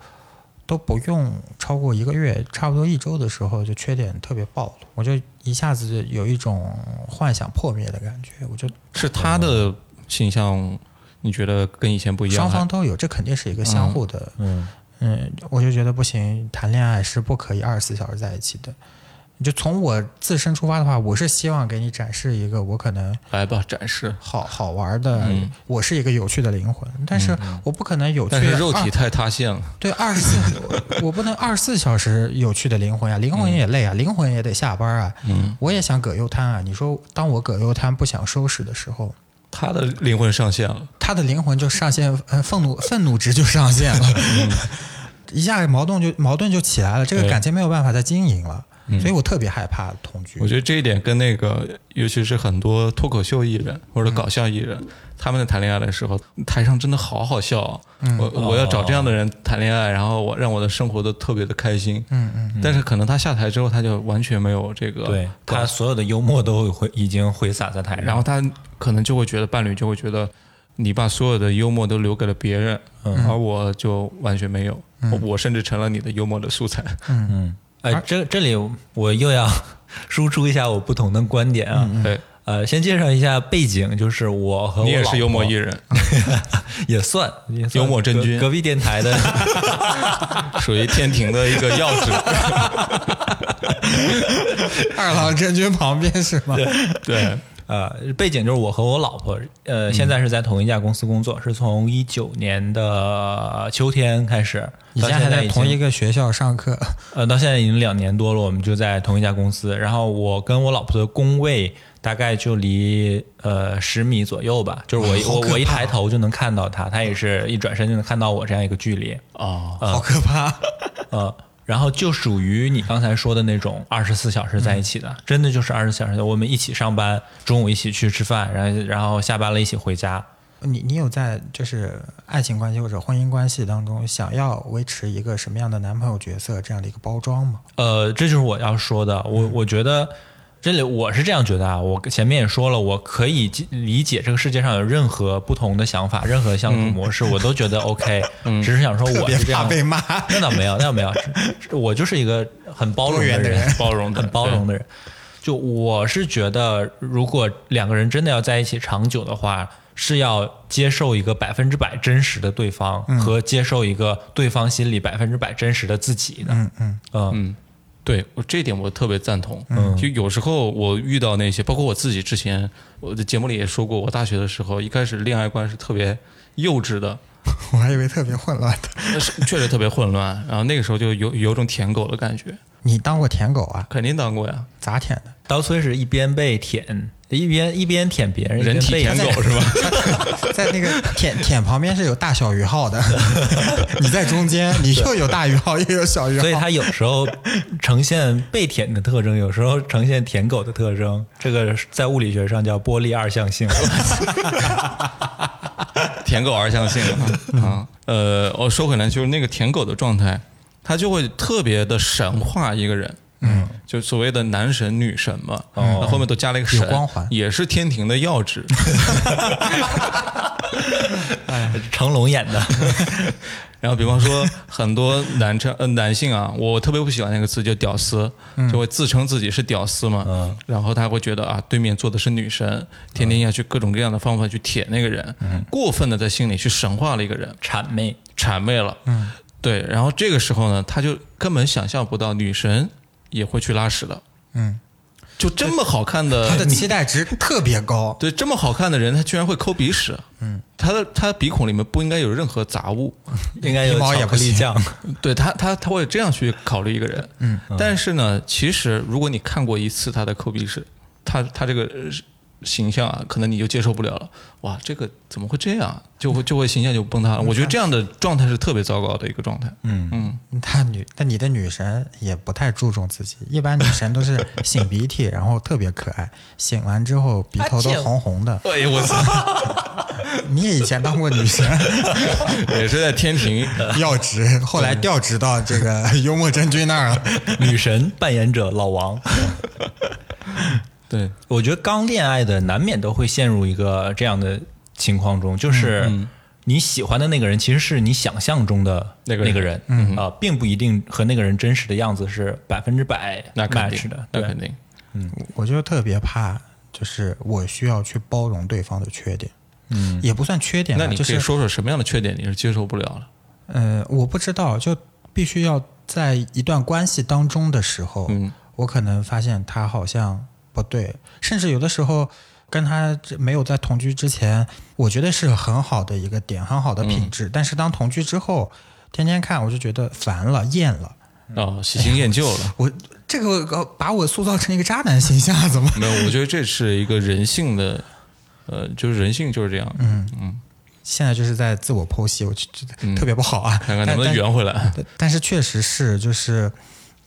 [SPEAKER 2] 都不用超过一个月，差不多一周的时候，就缺点特别暴露，我就一下子就有一种幻想破灭的感觉。我就是
[SPEAKER 1] 他的形象，你觉得跟以前不一样？
[SPEAKER 2] 双
[SPEAKER 1] 还
[SPEAKER 2] 方都有，这肯定是一个相互的。嗯我就觉得不行，谈恋爱是不可以二十四小时在一起的。就从我自身出发的话，我是希望给你展示一个我可能
[SPEAKER 1] 来吧，展示。
[SPEAKER 2] 好好玩的，
[SPEAKER 1] 嗯
[SPEAKER 2] 我是一个有趣的灵魂，但是啊我不可能有趣
[SPEAKER 1] 但
[SPEAKER 2] 的
[SPEAKER 1] 是肉体
[SPEAKER 2] 二
[SPEAKER 1] 太塌陷了，
[SPEAKER 2] 对二十四， 我不能二十四小时有趣的灵魂呀，灵
[SPEAKER 1] 嗯
[SPEAKER 2] 魂也累啊，灵魂也得下班啊，我也想葛优瘫啊。你说，当我葛优瘫不想收拾的时候，
[SPEAKER 1] 他的灵魂上线了。
[SPEAKER 2] 他的灵魂就上线，呃，愤怒愤怒值就上线 了，
[SPEAKER 3] 嗯
[SPEAKER 2] 一下矛盾就矛盾就起来了，这个
[SPEAKER 1] 对
[SPEAKER 2] 感情没有办法再经营了，
[SPEAKER 3] 嗯
[SPEAKER 2] 所以我特别害怕同居。
[SPEAKER 1] 我觉得这一点跟那个，尤其是很多脱口秀艺人或者搞笑艺人，他们在谈恋爱的时候，台上真的好好笑啊、我我要找这样的人谈恋爱，然后我让我的生活都特别的开心。嗯嗯。但是可能他下台之后，他就完全没有这个
[SPEAKER 3] 对他所有的幽默都会已经挥洒在台上，
[SPEAKER 1] 然后他可能就会觉得伴侣就会觉得你把所有的幽默都留给了别人，而我就完全没有，我甚至成了你的幽默的素材。
[SPEAKER 3] 呃，这这里我又要输出一下我不同的观点啊。
[SPEAKER 1] 对，
[SPEAKER 3] 呃，先介绍一下背景，就是我和我
[SPEAKER 1] 你也是幽默艺
[SPEAKER 3] 人，
[SPEAKER 1] 人，
[SPEAKER 3] 也算也算
[SPEAKER 1] 幽默真君
[SPEAKER 3] 隔隔壁电台的
[SPEAKER 1] 属于天庭的一个钥 匙。
[SPEAKER 2] 二郎真君旁边是吗？
[SPEAKER 1] 对，
[SPEAKER 3] 呃背景就是我和我老婆，呃，现在是在同一家公司工作，是从一九年的秋天开始，
[SPEAKER 2] 以
[SPEAKER 3] 到
[SPEAKER 2] 前
[SPEAKER 3] 现
[SPEAKER 2] 还
[SPEAKER 3] 在
[SPEAKER 2] 在
[SPEAKER 3] 已
[SPEAKER 2] 同
[SPEAKER 3] 经
[SPEAKER 2] 一个学校上课，
[SPEAKER 3] 呃，到现在已经两年多了，我们就在同一家公司。然后我跟我老婆的工位大概就离呃十米左右吧，就是我我我一抬头就能看到她，她也是一转身就能看到我这样一个距离。
[SPEAKER 1] 哦，
[SPEAKER 3] 嗯
[SPEAKER 2] 好可怕！
[SPEAKER 3] 呃，然后就属于你刚才说的那种二十四小
[SPEAKER 2] 嗯
[SPEAKER 3] 时在一起的，真的就是二十四小时，我们一起上班，中午一起去吃饭，然后然后下班了一起回家。
[SPEAKER 2] 你你有在就是爱情关系或者婚姻关系当中想要维持一个什么样的男朋友角色这样的一个包装吗？嗯
[SPEAKER 3] 呃，这就是我要说的。我我觉得，这里我是这样觉得啊，我前面也说了，我可以理理解这个世界上有任何不同的想法，任何相处模式，我都觉得 OK、只是想说
[SPEAKER 2] 嗯特
[SPEAKER 3] 我
[SPEAKER 2] 别
[SPEAKER 3] 是这
[SPEAKER 2] 怕
[SPEAKER 3] 样，
[SPEAKER 2] 被骂。
[SPEAKER 3] 那倒没有，那倒 没有，只我就是一个很包容
[SPEAKER 2] 多元的
[SPEAKER 3] 人
[SPEAKER 2] 人，
[SPEAKER 1] 包容的
[SPEAKER 3] 很包容的人。 就我是觉得，如果两个人真的要在一起长久的话，是要接受一个百分之百真实的对方，
[SPEAKER 2] 嗯
[SPEAKER 3] 和接受一个对方心里百分之百真实的自己的。嗯嗯嗯
[SPEAKER 1] 对我这一点我特别赞同。就有时候我遇到那些，包括我自己之前，我的节目里也说过，我大学的时候一开始恋爱观是特别幼稚的，
[SPEAKER 2] 我还以为特别混乱的。
[SPEAKER 1] 那是确实特别混乱。然后那个时候就有有种舔狗的感觉，
[SPEAKER 2] 你当过舔狗啊？
[SPEAKER 1] 肯定当过呀，
[SPEAKER 2] 咋舔的？
[SPEAKER 3] 刀崔是一边被舔，一边一边舔别人，
[SPEAKER 1] 人体
[SPEAKER 3] 一边
[SPEAKER 1] 舔
[SPEAKER 3] 被
[SPEAKER 1] 狗是吧？
[SPEAKER 2] 在那个舔舔旁边是有大小于号的， 你在中间，你又有大于号，又有小于号。
[SPEAKER 3] 所以他有时候呈现被舔的特征，有时候呈现舔狗的特征，这个在物理学上叫波粒二象性。
[SPEAKER 1] 舔狗而相信了 啊。呃，我说回来，就是那个舔狗的状态，他就会特别的神化一个人。嗯，哦就所谓的男神女神嘛，那后面都加了一个神，
[SPEAKER 2] 有光环
[SPEAKER 1] 也是天庭的要职。
[SPEAKER 3] 成龙演的，
[SPEAKER 1] 然后，比方说很多男称呃男性啊，我特别不喜欢那个词，就屌丝，就会自称自己是屌丝嘛。然后他会觉得啊，对面坐的是女神，天天要去各种各样的方法去舔那个人，过分的在心里去神化了一个人，
[SPEAKER 3] 谄媚。
[SPEAKER 1] 谄媚了。嗯，对。然后这个时候呢，他就根本想象不到女神也会去拉屎的。
[SPEAKER 2] 嗯，
[SPEAKER 1] 就这么好看的，
[SPEAKER 2] 他的期待值特别高。
[SPEAKER 1] 对这么好看的人，他居然会抠鼻屎。嗯，他的他鼻孔里面不应该有任何杂物。
[SPEAKER 3] 应该有
[SPEAKER 2] 皮毛也
[SPEAKER 3] 巧克
[SPEAKER 2] 不
[SPEAKER 3] 力
[SPEAKER 2] 行
[SPEAKER 3] 酱，
[SPEAKER 1] 对他，他他会这样去考虑一个人。嗯，但是呢，其实如果你看过一次他的抠鼻屎，他他这个呃形象啊，可能你就接受不了了。哇，这个怎么会这样？啊就会就会形象就崩塌了。我觉得这样的状态是特别糟糕的一个状态。嗯嗯。
[SPEAKER 2] 他女，但你的女神也不太注重自己，一般女神都是擤鼻涕，然后特别可爱，擤完之后鼻头都红红的。
[SPEAKER 1] 哎呦我 操！
[SPEAKER 2] 你也以前当过女神，
[SPEAKER 1] 也是在天庭，呃
[SPEAKER 2] 要职，后来调职到这个 幽默真君那儿了。
[SPEAKER 3] 女神扮演者老王。
[SPEAKER 1] 对，
[SPEAKER 3] 我觉得刚恋爱的难免都会陷入一个这样的情况中，就是
[SPEAKER 1] 嗯
[SPEAKER 3] 你喜欢的那个人其实是你想象中的
[SPEAKER 1] 那个人嗯
[SPEAKER 3] 那个人，啊，并不一定和那个人真实的样子是百分之百
[SPEAKER 1] 那肯
[SPEAKER 3] match
[SPEAKER 1] 定
[SPEAKER 3] 的，。
[SPEAKER 1] 那
[SPEAKER 3] 对
[SPEAKER 1] 肯定。
[SPEAKER 2] 我就特别怕，就是我需要去包容对方的缺点，嗯，也不算缺点吧，
[SPEAKER 1] 那你
[SPEAKER 2] 就
[SPEAKER 1] 可以
[SPEAKER 2] 是
[SPEAKER 1] 说说什么样的缺点你是接受不了了？
[SPEAKER 2] 呃，我不知道，就必须要在一段关系当中的时候，
[SPEAKER 1] 嗯，
[SPEAKER 2] 我可能发现他好像不对，甚至有的时候跟他没有在同居之前，我觉得是很好的一个点，很好的
[SPEAKER 1] 嗯
[SPEAKER 2] 品质，但是当同居之后，天天看我就觉得烦了，厌了，
[SPEAKER 1] 哦，喜新厌旧了。
[SPEAKER 2] 我这个呃把我塑造成一个渣男形象，怎么？
[SPEAKER 1] 没有，我觉得这是一个人性的，呃，就是人性就是这样。嗯，
[SPEAKER 2] 现在就是在自我剖析，我就觉得特别不好啊。
[SPEAKER 1] 看看能不
[SPEAKER 2] 但
[SPEAKER 1] 能圆回来。
[SPEAKER 2] 但但是确实是，就是，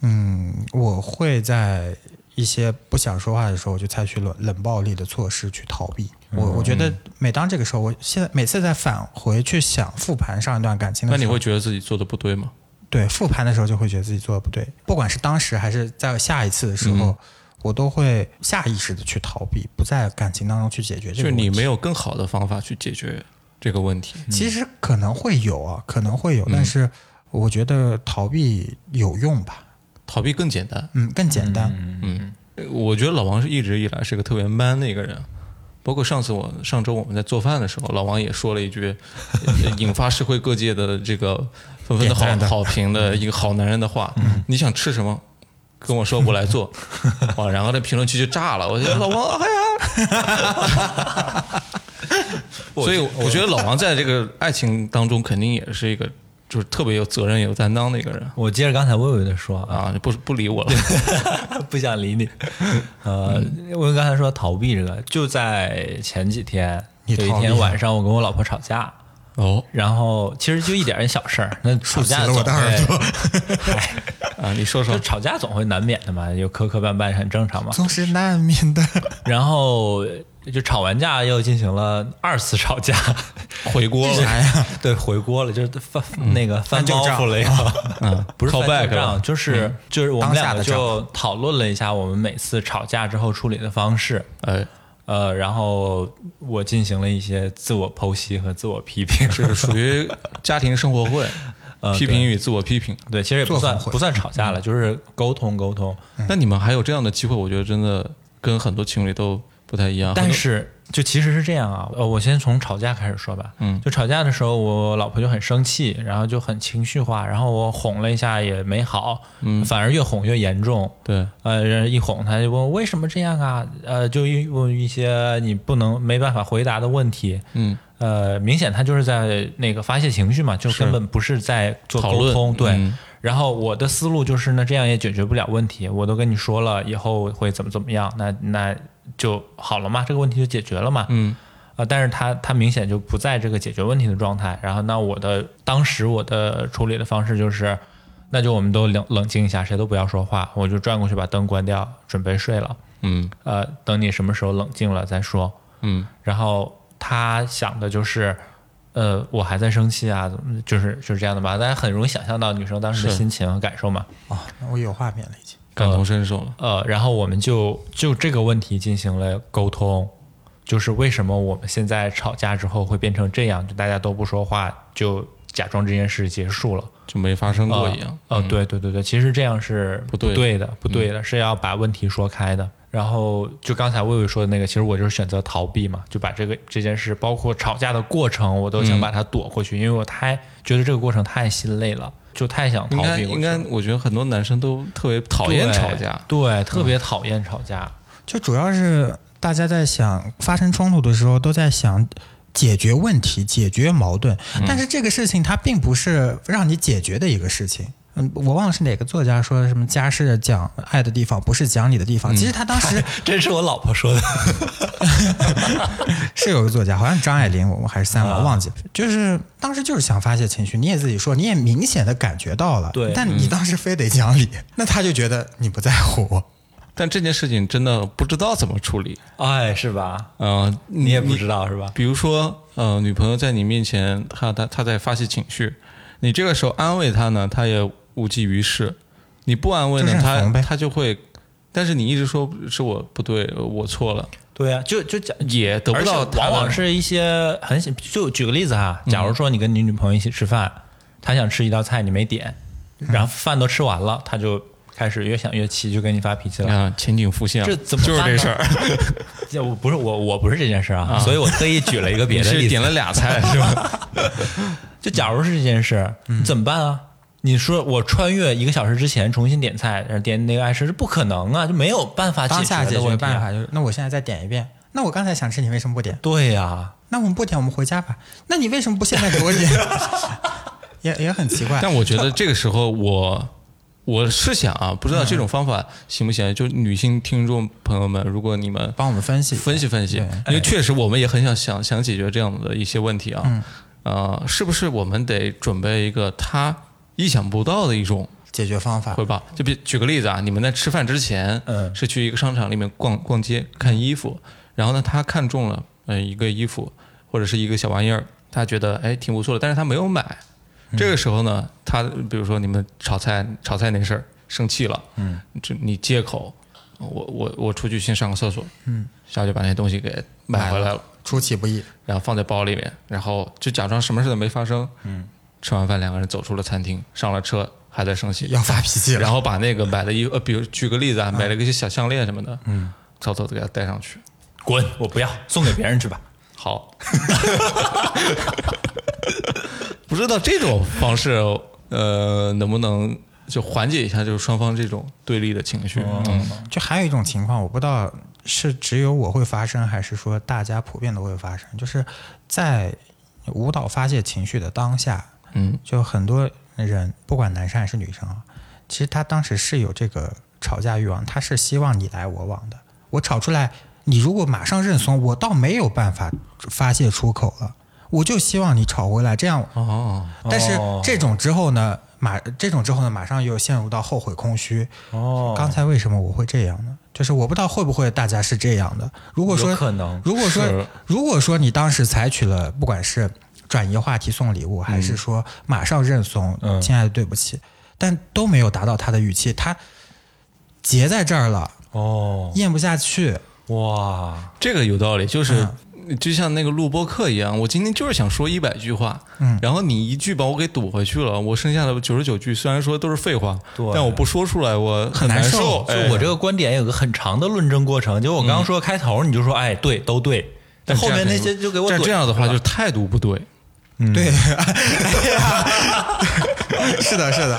[SPEAKER 2] 嗯，我会在一些不想说话的时候，我就采取冷冷暴力的措施去逃避。我
[SPEAKER 1] 嗯
[SPEAKER 2] 我觉得每当这个时候，我现在每次在返回去想复盘上一段感情的
[SPEAKER 1] 那
[SPEAKER 2] 时
[SPEAKER 1] 你
[SPEAKER 2] 候，
[SPEAKER 1] 会觉得自己做的不对吗？
[SPEAKER 2] 对复盘的时候就会觉得自己做的不对，不管是当时还是在下一次的时候，
[SPEAKER 1] 嗯
[SPEAKER 2] 我都会下意识的去逃避，不在感情当中去解决
[SPEAKER 1] 就
[SPEAKER 2] 这个
[SPEAKER 1] 是
[SPEAKER 2] 问题。
[SPEAKER 1] 你没有嗯更好的方法去解决这个问题。
[SPEAKER 2] 其实可能会有啊，可能会有，
[SPEAKER 1] 嗯
[SPEAKER 2] 但是我觉得逃避有用吧，
[SPEAKER 1] 逃避更简单。
[SPEAKER 2] 嗯，更简单，
[SPEAKER 1] 嗯，我觉得老王是一直以来是个特别 man 的一个人，包括上次我上周我们在做饭的时候，老王也说了一 句呃引发社会各界的这个纷纷的嗯好
[SPEAKER 2] 点赞的
[SPEAKER 1] 好评的一个好男人的话。你想吃什么？跟我说我来 做，哇！然后那评论区就炸了，我 觉得老王哎呀，所以 我觉得老王在这个爱情当中肯定也是一个就是特别有责任有担当的一个人
[SPEAKER 3] 我接着刚才魏魏的说 啊，
[SPEAKER 1] 啊，不不理我了，
[SPEAKER 3] 不想理你。呃，
[SPEAKER 1] 嗯
[SPEAKER 3] 我刚才说逃避这个，就在前几天，
[SPEAKER 2] 你
[SPEAKER 3] 有一
[SPEAKER 2] 逃避
[SPEAKER 3] 天
[SPEAKER 2] 啊
[SPEAKER 3] 晚上我跟我老婆吵架，
[SPEAKER 1] 哦
[SPEAKER 3] 然后其实就一点点小事儿，那吵架
[SPEAKER 2] 竖起了我的
[SPEAKER 3] 总会
[SPEAKER 2] 耳朵，
[SPEAKER 3] 嗨
[SPEAKER 1] 啊，你说说
[SPEAKER 3] 就吵
[SPEAKER 2] 啊
[SPEAKER 3] 架总会难免的嘛，有磕磕绊绊很正常嘛。
[SPEAKER 2] 总是难免的。
[SPEAKER 3] 然后就吵完架又进行了二次吵架，
[SPEAKER 1] 回锅 了
[SPEAKER 3] 啥呀？对，回锅了，就是翻、那个翻
[SPEAKER 2] 翻旧
[SPEAKER 3] 包
[SPEAKER 2] 账
[SPEAKER 3] 袱了呀。
[SPEAKER 1] 嗯，
[SPEAKER 3] 不是
[SPEAKER 1] call
[SPEAKER 3] 翻
[SPEAKER 1] back
[SPEAKER 3] 旧账，
[SPEAKER 1] 了，
[SPEAKER 3] 就是、就是我们
[SPEAKER 2] 当
[SPEAKER 3] 两
[SPEAKER 2] 下
[SPEAKER 3] 个
[SPEAKER 2] 的
[SPEAKER 3] 就讨论了一下我们每次吵架之后处理的方式，
[SPEAKER 1] 哎，
[SPEAKER 3] 呃，然后我进行了一些自我剖析和自我批评，
[SPEAKER 1] 这是属于家庭生活会，批评与自我批评。
[SPEAKER 3] 啊对，其实也不
[SPEAKER 2] 作
[SPEAKER 3] 算
[SPEAKER 2] 风会
[SPEAKER 3] 不算吵架了，就是沟通沟通。
[SPEAKER 1] 那你们还有这样的机会，我觉得真的跟很多情侣都不太一样。
[SPEAKER 3] 但是就其实是这样啊，呃，我先从吵架开始说吧。
[SPEAKER 1] 嗯
[SPEAKER 3] 就吵架的时候，我老婆就很生气，然后就很情绪化，然后我哄了一下也没好，嗯，反而越哄越严重。
[SPEAKER 1] 很多
[SPEAKER 3] 呃，人一哄她就问为什么这样啊？呃，就一问一些你不能没办法回答的问题。
[SPEAKER 1] 对，嗯，
[SPEAKER 3] 呃，明显她就是在那个发泄情绪嘛，就是根本不是在做
[SPEAKER 1] 讨
[SPEAKER 3] 沟
[SPEAKER 1] 论
[SPEAKER 3] 通。对，
[SPEAKER 1] 嗯
[SPEAKER 3] 然后我的思路就是呢，这样也解决不了问题。我都跟你说了，以后会怎么怎么样，那那就好了嘛，这个问题就解决了嘛。
[SPEAKER 1] 嗯
[SPEAKER 3] 啊，但是他他明显就不在这个解决问题的状态。然后，那我的当时我的处理的方式就是，那就我们都冷冷静一下，谁都不要说话，我就转过去把灯关掉，准备睡了。
[SPEAKER 1] 嗯
[SPEAKER 3] 呃，等你什么时候冷静了再说。
[SPEAKER 1] 嗯
[SPEAKER 3] 然后他想的就是，呃，我还在生气啊，怎么就是就是这样的吧。大家很容易想象到女生当时的
[SPEAKER 1] 是
[SPEAKER 3] 心情和感受嘛。
[SPEAKER 2] 哦，那我有画面了已经。
[SPEAKER 1] 感同身受了。
[SPEAKER 3] 呃，然后我们就就这个问题进行了沟通，就是为什么我们现在吵架之后会变成这样，就大家都不说话，就假装这件事结束了。
[SPEAKER 1] 就没发生过
[SPEAKER 3] 呃
[SPEAKER 1] 一样。
[SPEAKER 3] 呃，对对对对，其实这样是
[SPEAKER 1] 不
[SPEAKER 3] 对
[SPEAKER 1] 对
[SPEAKER 3] 的，嗯不对的，是要把问题说开的。然后就刚才魏魏说的那个，其实我就是选择逃避嘛，就把这个这件事，包括吵架的过程，我都想把它躲过去，因为我太觉得这个过程太心累了，就太想逃
[SPEAKER 1] 应
[SPEAKER 3] 避
[SPEAKER 1] 该
[SPEAKER 3] 过去了。
[SPEAKER 1] 应该，我觉得很多男生都特别讨厌
[SPEAKER 3] 对
[SPEAKER 1] 吵架。
[SPEAKER 3] 对，特别讨厌吵架。
[SPEAKER 2] 就主要是大家在想发生冲突的时候，都在想解决问题、解决矛盾，但是这个事情它并不是让你解决的一个事情。嗯，我忘了是哪个作家说的，什么家是讲爱的地方，不是讲理的地方。其实他当时
[SPEAKER 3] 这是我老婆说的。
[SPEAKER 2] 是有个作家，好像张爱玲，我我还是三毛，忘记了，就是当时就是想发泄情绪，你也自己说，你也明显的感觉到了，
[SPEAKER 3] 对
[SPEAKER 2] 但你当时非得讲理，那他就觉得你不在乎我。
[SPEAKER 1] 但这件事情真的不知道怎么处理。
[SPEAKER 3] 哎，是吧？
[SPEAKER 1] 嗯、你
[SPEAKER 3] 你也不知道是吧？
[SPEAKER 1] 比如说，呃，女朋友在你面前，她她她在发泄情绪，你这个时候安慰她呢，她也无济于事；你不安慰
[SPEAKER 2] 就
[SPEAKER 1] 呢，
[SPEAKER 2] 认
[SPEAKER 1] 她
[SPEAKER 2] 怂呗
[SPEAKER 1] 她就会，但是你一直说是我不对，我错了，
[SPEAKER 3] 对呀、就就讲
[SPEAKER 1] 也得不到
[SPEAKER 3] 而且
[SPEAKER 1] 她
[SPEAKER 3] 往
[SPEAKER 1] 的嗯
[SPEAKER 3] 往是一些很小就举个例子哈，假如说你跟你女朋友一起吃饭，她想吃一道菜你没点，
[SPEAKER 1] 嗯
[SPEAKER 3] 然后饭都吃完了，她就开始越想越气，就跟你发脾气
[SPEAKER 1] 你
[SPEAKER 3] 了。
[SPEAKER 1] 看情啊景浮现了，
[SPEAKER 3] 这怎
[SPEAKER 1] 嗯
[SPEAKER 3] 么
[SPEAKER 1] 就是
[SPEAKER 3] 办
[SPEAKER 1] 这
[SPEAKER 3] 呢
[SPEAKER 1] 事 儿？
[SPEAKER 3] 这我不是我我不是这件事啊，所以我特意举了一个别
[SPEAKER 1] 你
[SPEAKER 3] 的
[SPEAKER 1] 是
[SPEAKER 3] 例
[SPEAKER 1] 点
[SPEAKER 3] 子。
[SPEAKER 1] 了俩 菜是吧？
[SPEAKER 3] 就假如是这件事，
[SPEAKER 1] 嗯
[SPEAKER 3] 你怎么办啊？你说我穿越一个小时之前重新点菜，然后点那个爱吃是不可能啊，就没有办法
[SPEAKER 2] 当下
[SPEAKER 3] 解
[SPEAKER 2] 解
[SPEAKER 3] 的
[SPEAKER 2] 决
[SPEAKER 3] 问题啊
[SPEAKER 2] 办法就是，那我现在再点一遍。那我刚才想吃，你为什么不点？
[SPEAKER 3] 对呀、
[SPEAKER 2] 那我们不点，我们回家吧。那你为什么不现在给我点？ 也也很奇怪。
[SPEAKER 1] 但我觉得这个时候我。我是想啊，不知道这种方法行不行？就女性听众朋友们，如果你们
[SPEAKER 2] 帮我们分析哎
[SPEAKER 1] 分析分析，因为确实我们也很想想想解决这样的一些问题啊。
[SPEAKER 2] 嗯
[SPEAKER 1] 呃，是不是我们得准备一个他意想不到的一种
[SPEAKER 2] 解决方法
[SPEAKER 1] 回，报？就比举个例子啊，你们在吃饭之前，
[SPEAKER 3] 嗯
[SPEAKER 1] 是去一个商场里面逛逛街看衣服，然后呢，他看中了嗯、呃一个衣服或者是一个小玩意儿，他觉得哎挺不错的，但是他没有买。这个时候呢，他比如说你们炒菜炒菜那事儿生气了，嗯，这你借口，我我我出去先上个厕所，嗯，下去把那东西给买回来了，
[SPEAKER 2] 出其不意。
[SPEAKER 1] 然后放在包里面，然后就假装什么事都没发生，嗯，吃完饭两个人走出了餐厅，上了车还在生气，
[SPEAKER 2] 要发脾气了
[SPEAKER 1] 然后把那个买的衣服，呃，比如举个例子啊，买了一个小项链什么的，嗯，偷偷的给他戴上去，
[SPEAKER 3] 滚，我不要，送给别人去吧。
[SPEAKER 1] 好， 不知道这种方式，呃，能不能就缓解一下就是双方这种对立的情绪？嗯，
[SPEAKER 2] 就还有一种情况，我不知道是只有我会发生，还是说大家普遍都会发生，就是在舞蹈发泄情绪的当下，
[SPEAKER 1] 嗯，
[SPEAKER 2] 就很多人不管男生还是女生啊，其实他当时是有这个吵架欲望，他是希望你来我往的。我吵出来，你如果马上认怂，我倒没有办法发泄出口了。我就希望你吵回来，这样
[SPEAKER 1] 哦，
[SPEAKER 2] 但是这种之后呢，马这种之后呢，马上又陷入到后悔空虚。
[SPEAKER 3] 哦
[SPEAKER 2] 刚才为什么我会这样呢？就是我不知道会不会大家是这样的。如果说
[SPEAKER 3] 有可能
[SPEAKER 2] 如果说
[SPEAKER 1] 是
[SPEAKER 2] 如果说你当时采取了不管是转移话题送礼物，还是说马上认怂，
[SPEAKER 3] 嗯
[SPEAKER 2] 亲爱的对不起，但都没有达到他的预期，他结在这儿了，
[SPEAKER 3] 哦，
[SPEAKER 2] 咽不下去。
[SPEAKER 3] 哇，
[SPEAKER 1] 这个有道理，就是、就像那个录播课一样，我今天就是想说一百句话，
[SPEAKER 2] 嗯
[SPEAKER 1] 然后你一句把我给堵回去了，我剩下的九十九句虽然说都是废话
[SPEAKER 3] 对，
[SPEAKER 1] 但我不说出来我
[SPEAKER 2] 很难
[SPEAKER 1] 难
[SPEAKER 2] 受
[SPEAKER 3] 就
[SPEAKER 1] 哎
[SPEAKER 3] 我这个观点有个很长的论证过程，就我刚刚说开头你就说，哎，对，都对，但后面那些就给我
[SPEAKER 1] 但
[SPEAKER 3] 怼
[SPEAKER 1] 嗯这样的话
[SPEAKER 3] 了
[SPEAKER 1] 就是态度不对，
[SPEAKER 2] 对， 哎呀是的，是的。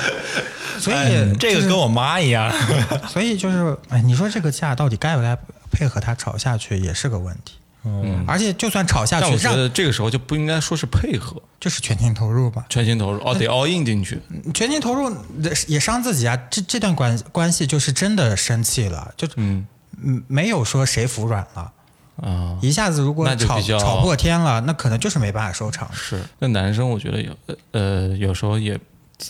[SPEAKER 2] 所以、
[SPEAKER 3] 哎这个跟我妈一样，
[SPEAKER 1] 嗯
[SPEAKER 2] 所以就是，哎，你说这个架到底该不该配合他吵下去，也是个问题。嗯，而且就算吵下
[SPEAKER 1] 但
[SPEAKER 2] 去，
[SPEAKER 1] 我觉
[SPEAKER 2] 让
[SPEAKER 1] 得这个时候就不应该说是配合，
[SPEAKER 2] 就是全情投入嘛，
[SPEAKER 1] 全心投入哦，得 all in 进去，
[SPEAKER 2] 全情投入呃也伤自己啊。这这段关关系就是真的生气了，就是
[SPEAKER 1] 嗯
[SPEAKER 2] 嗯没有说谁服软了，
[SPEAKER 1] 啊。
[SPEAKER 2] 一下子如果
[SPEAKER 1] 那就
[SPEAKER 2] 吵
[SPEAKER 1] 比较
[SPEAKER 2] 吵破天了，那可能就是没办法收场。
[SPEAKER 1] 是，那男生我觉得有呃有时候也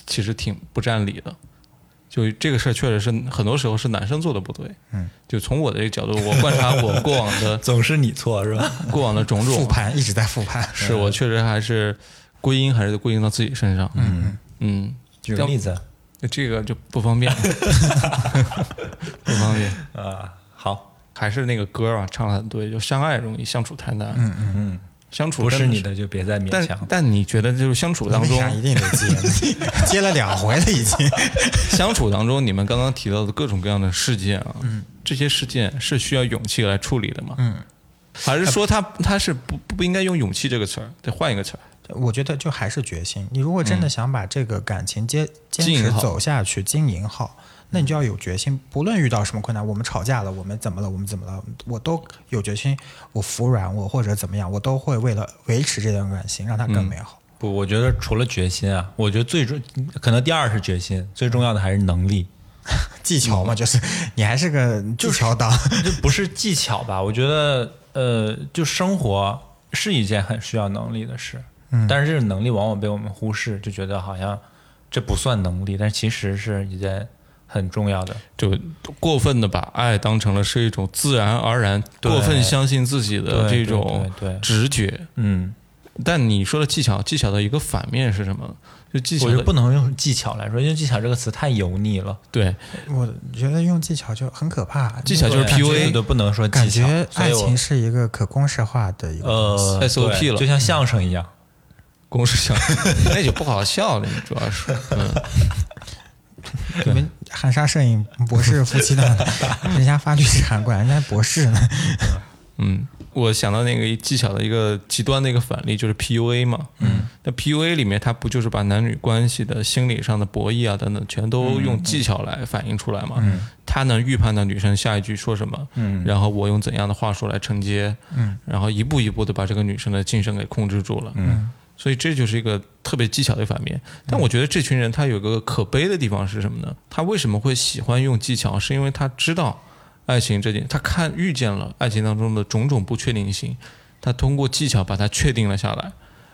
[SPEAKER 1] 其实挺不占理的，就这个事儿确实是很多时候是男生做的不对。嗯，就从我的这个角度，我观察我过往 的
[SPEAKER 3] 总是你错是吧？
[SPEAKER 1] 过往的种
[SPEAKER 2] 复
[SPEAKER 1] 种，
[SPEAKER 2] 盘一直在复盘，
[SPEAKER 1] 是我确实还是归因还是归因到自己身上。嗯嗯，
[SPEAKER 3] 举个例子
[SPEAKER 1] 那这个就不方便，不方便。
[SPEAKER 3] 啊，好，
[SPEAKER 1] 还是那个歌啊，唱的很对，就相爱容易相处太难。嗯嗯嗯，相处
[SPEAKER 3] 不
[SPEAKER 1] 真
[SPEAKER 3] 是你
[SPEAKER 1] 的
[SPEAKER 3] 的就别再勉
[SPEAKER 1] 但
[SPEAKER 3] 强。
[SPEAKER 1] 但你觉得就是相处当
[SPEAKER 2] 为
[SPEAKER 1] 中
[SPEAKER 2] 啥一 定得接 呢？接了两回了已经。
[SPEAKER 1] 相处当中，你们刚刚提到的各种各样的事件啊，
[SPEAKER 3] 嗯
[SPEAKER 1] 这些事件是需要勇气来处理的吗？
[SPEAKER 2] 嗯，
[SPEAKER 1] 还是说他他是不不应该用勇气这个词儿，得换一个词儿？
[SPEAKER 2] 我觉得就还是决心。你如果真的想把这个感情坚坚
[SPEAKER 1] 经
[SPEAKER 2] 持
[SPEAKER 1] 营好
[SPEAKER 2] 走下去、经营好，那你就要有决心。不论遇到什么困难，我们吵架了，我们怎么了，我们怎么了，我都有决心。我服软，我或者怎么样，我都会为了维持这段感情，让它更美好。
[SPEAKER 3] 不，我觉得除了决心啊，我觉得最重可能第二是决心，最重要的还是能力。
[SPEAKER 2] 技巧嘛，嗯就是你还是个技巧党。
[SPEAKER 3] 这不是技巧吧？我觉得，呃，就生活是一件很需要能力的事，
[SPEAKER 2] 嗯
[SPEAKER 3] 但是这种能力往往被我们忽视，就觉得好像这不算能力，但其实是一件很重要的。
[SPEAKER 1] 就过分的把爱当成了是一种自然而然，
[SPEAKER 3] 对
[SPEAKER 1] 过分相信自己的
[SPEAKER 3] 对
[SPEAKER 1] 呃这种
[SPEAKER 3] 对对对
[SPEAKER 1] 直觉。
[SPEAKER 3] 嗯，
[SPEAKER 1] 但你说的技巧，技巧的一个反面是什么呢？就技巧
[SPEAKER 3] 我就
[SPEAKER 1] 的
[SPEAKER 3] 不能用技巧来说，因为技巧这个词太油腻了。
[SPEAKER 1] 对
[SPEAKER 2] 我觉得用技巧就很可怕，
[SPEAKER 1] 技巧就是
[SPEAKER 3] 感觉
[SPEAKER 1] PUA
[SPEAKER 3] 都不能说
[SPEAKER 2] 感
[SPEAKER 3] 技巧
[SPEAKER 2] 觉，
[SPEAKER 3] 所
[SPEAKER 2] 爱
[SPEAKER 3] 以我
[SPEAKER 2] 情是一个可公式化的一个东西。
[SPEAKER 3] 呃
[SPEAKER 1] SOP
[SPEAKER 3] 对
[SPEAKER 1] 了
[SPEAKER 3] 就像相声一样。
[SPEAKER 1] 公式笑， 那就不好笑了。你主要是，嗯，
[SPEAKER 2] 你们含沙射影博士夫 妻档，人家发律师函过来，人家博士呢。
[SPEAKER 1] 嗯，我想到那个技巧的一个极端的一个反例就是 PUA 嘛，嗯，那 PUA 里面它不就是把男女关系的心理上的博弈啊等等，全都用技巧来反映出来嘛？嗯，他能预判到女生下一句说什么，嗯，然后我用怎样的话术来承接，嗯，然后一步一步的把这个女生的精神给控制住了，嗯。所以这就是一个特别技巧的反面，但我觉得这群人他有个可悲的地方是什么呢？他为什么会喜欢用技巧？是因为他知道爱情这件，他看遇见了爱情当中的种种不确定性，他通过技巧把它确定了下来，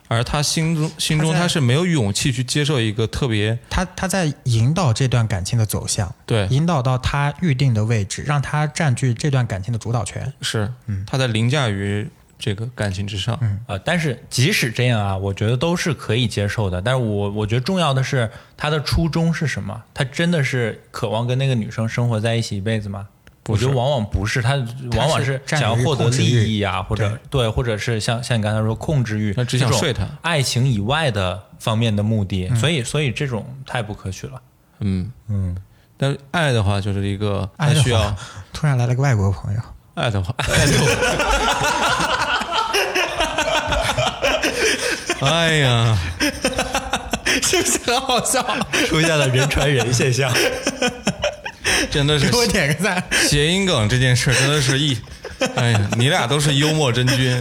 [SPEAKER 1] 而他心中心中
[SPEAKER 2] 他在
[SPEAKER 1] 嗯他是没有勇气去接受一个特别
[SPEAKER 2] 他他在引导这段感情的走向，
[SPEAKER 1] 对
[SPEAKER 2] 引导到他预定的位置，让他占据这段感情的主导权。
[SPEAKER 1] 是，他在凌驾于这个感情之上，
[SPEAKER 3] 呃，但是即使这样啊，我觉得都是可以接受的。但是我我觉得重要的是他的初衷是什么？他真的是渴望跟那个女生生活在一起一辈子吗？我觉得往往不是，他往往是想要获得利益啊，或者对，或者是像像你刚才说控制欲，
[SPEAKER 1] 他只想
[SPEAKER 3] 这种
[SPEAKER 1] 睡他
[SPEAKER 3] 爱情以外的方面的目的，所以所以这种太不可 取了。
[SPEAKER 1] 嗯嗯。但是爱的话就是一个，
[SPEAKER 2] 爱
[SPEAKER 1] 他
[SPEAKER 2] 的
[SPEAKER 1] 需要
[SPEAKER 2] 话，哎 突然来了个外国 朋友，
[SPEAKER 1] 爱的话，爱的话。 哎呀，
[SPEAKER 2] 是不是很好笑？
[SPEAKER 3] 出现了人传人现 象，
[SPEAKER 1] 真的是
[SPEAKER 2] 给我点个赞。
[SPEAKER 1] 谐音梗这件事真的是一，哎呀，你俩都是幽默真 菌，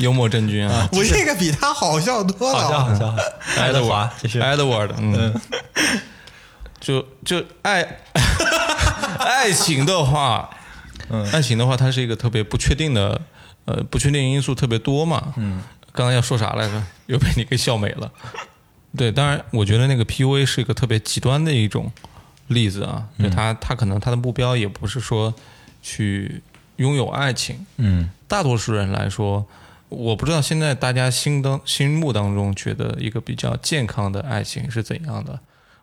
[SPEAKER 1] 幽默真菌啊
[SPEAKER 2] 我这个比他好笑多
[SPEAKER 3] 好笑
[SPEAKER 2] 了。
[SPEAKER 3] 好笑，爱德华，这是
[SPEAKER 1] ，Edward，嗯，就就爱 爱情的话，爱情的话，它是一个特别不确定的，呃，不确定因素特别多嘛，嗯，刚刚要说啥来着？又被你给笑没了。对，当然，我觉得那个 PUA 是一个特别极端的一种例子啊，就他他可能他的目标也不是说去拥有爱情，
[SPEAKER 3] 嗯
[SPEAKER 1] 大多数人来说，我不知道现在大家心当心目当中觉得一个比较健康的爱情是怎样的。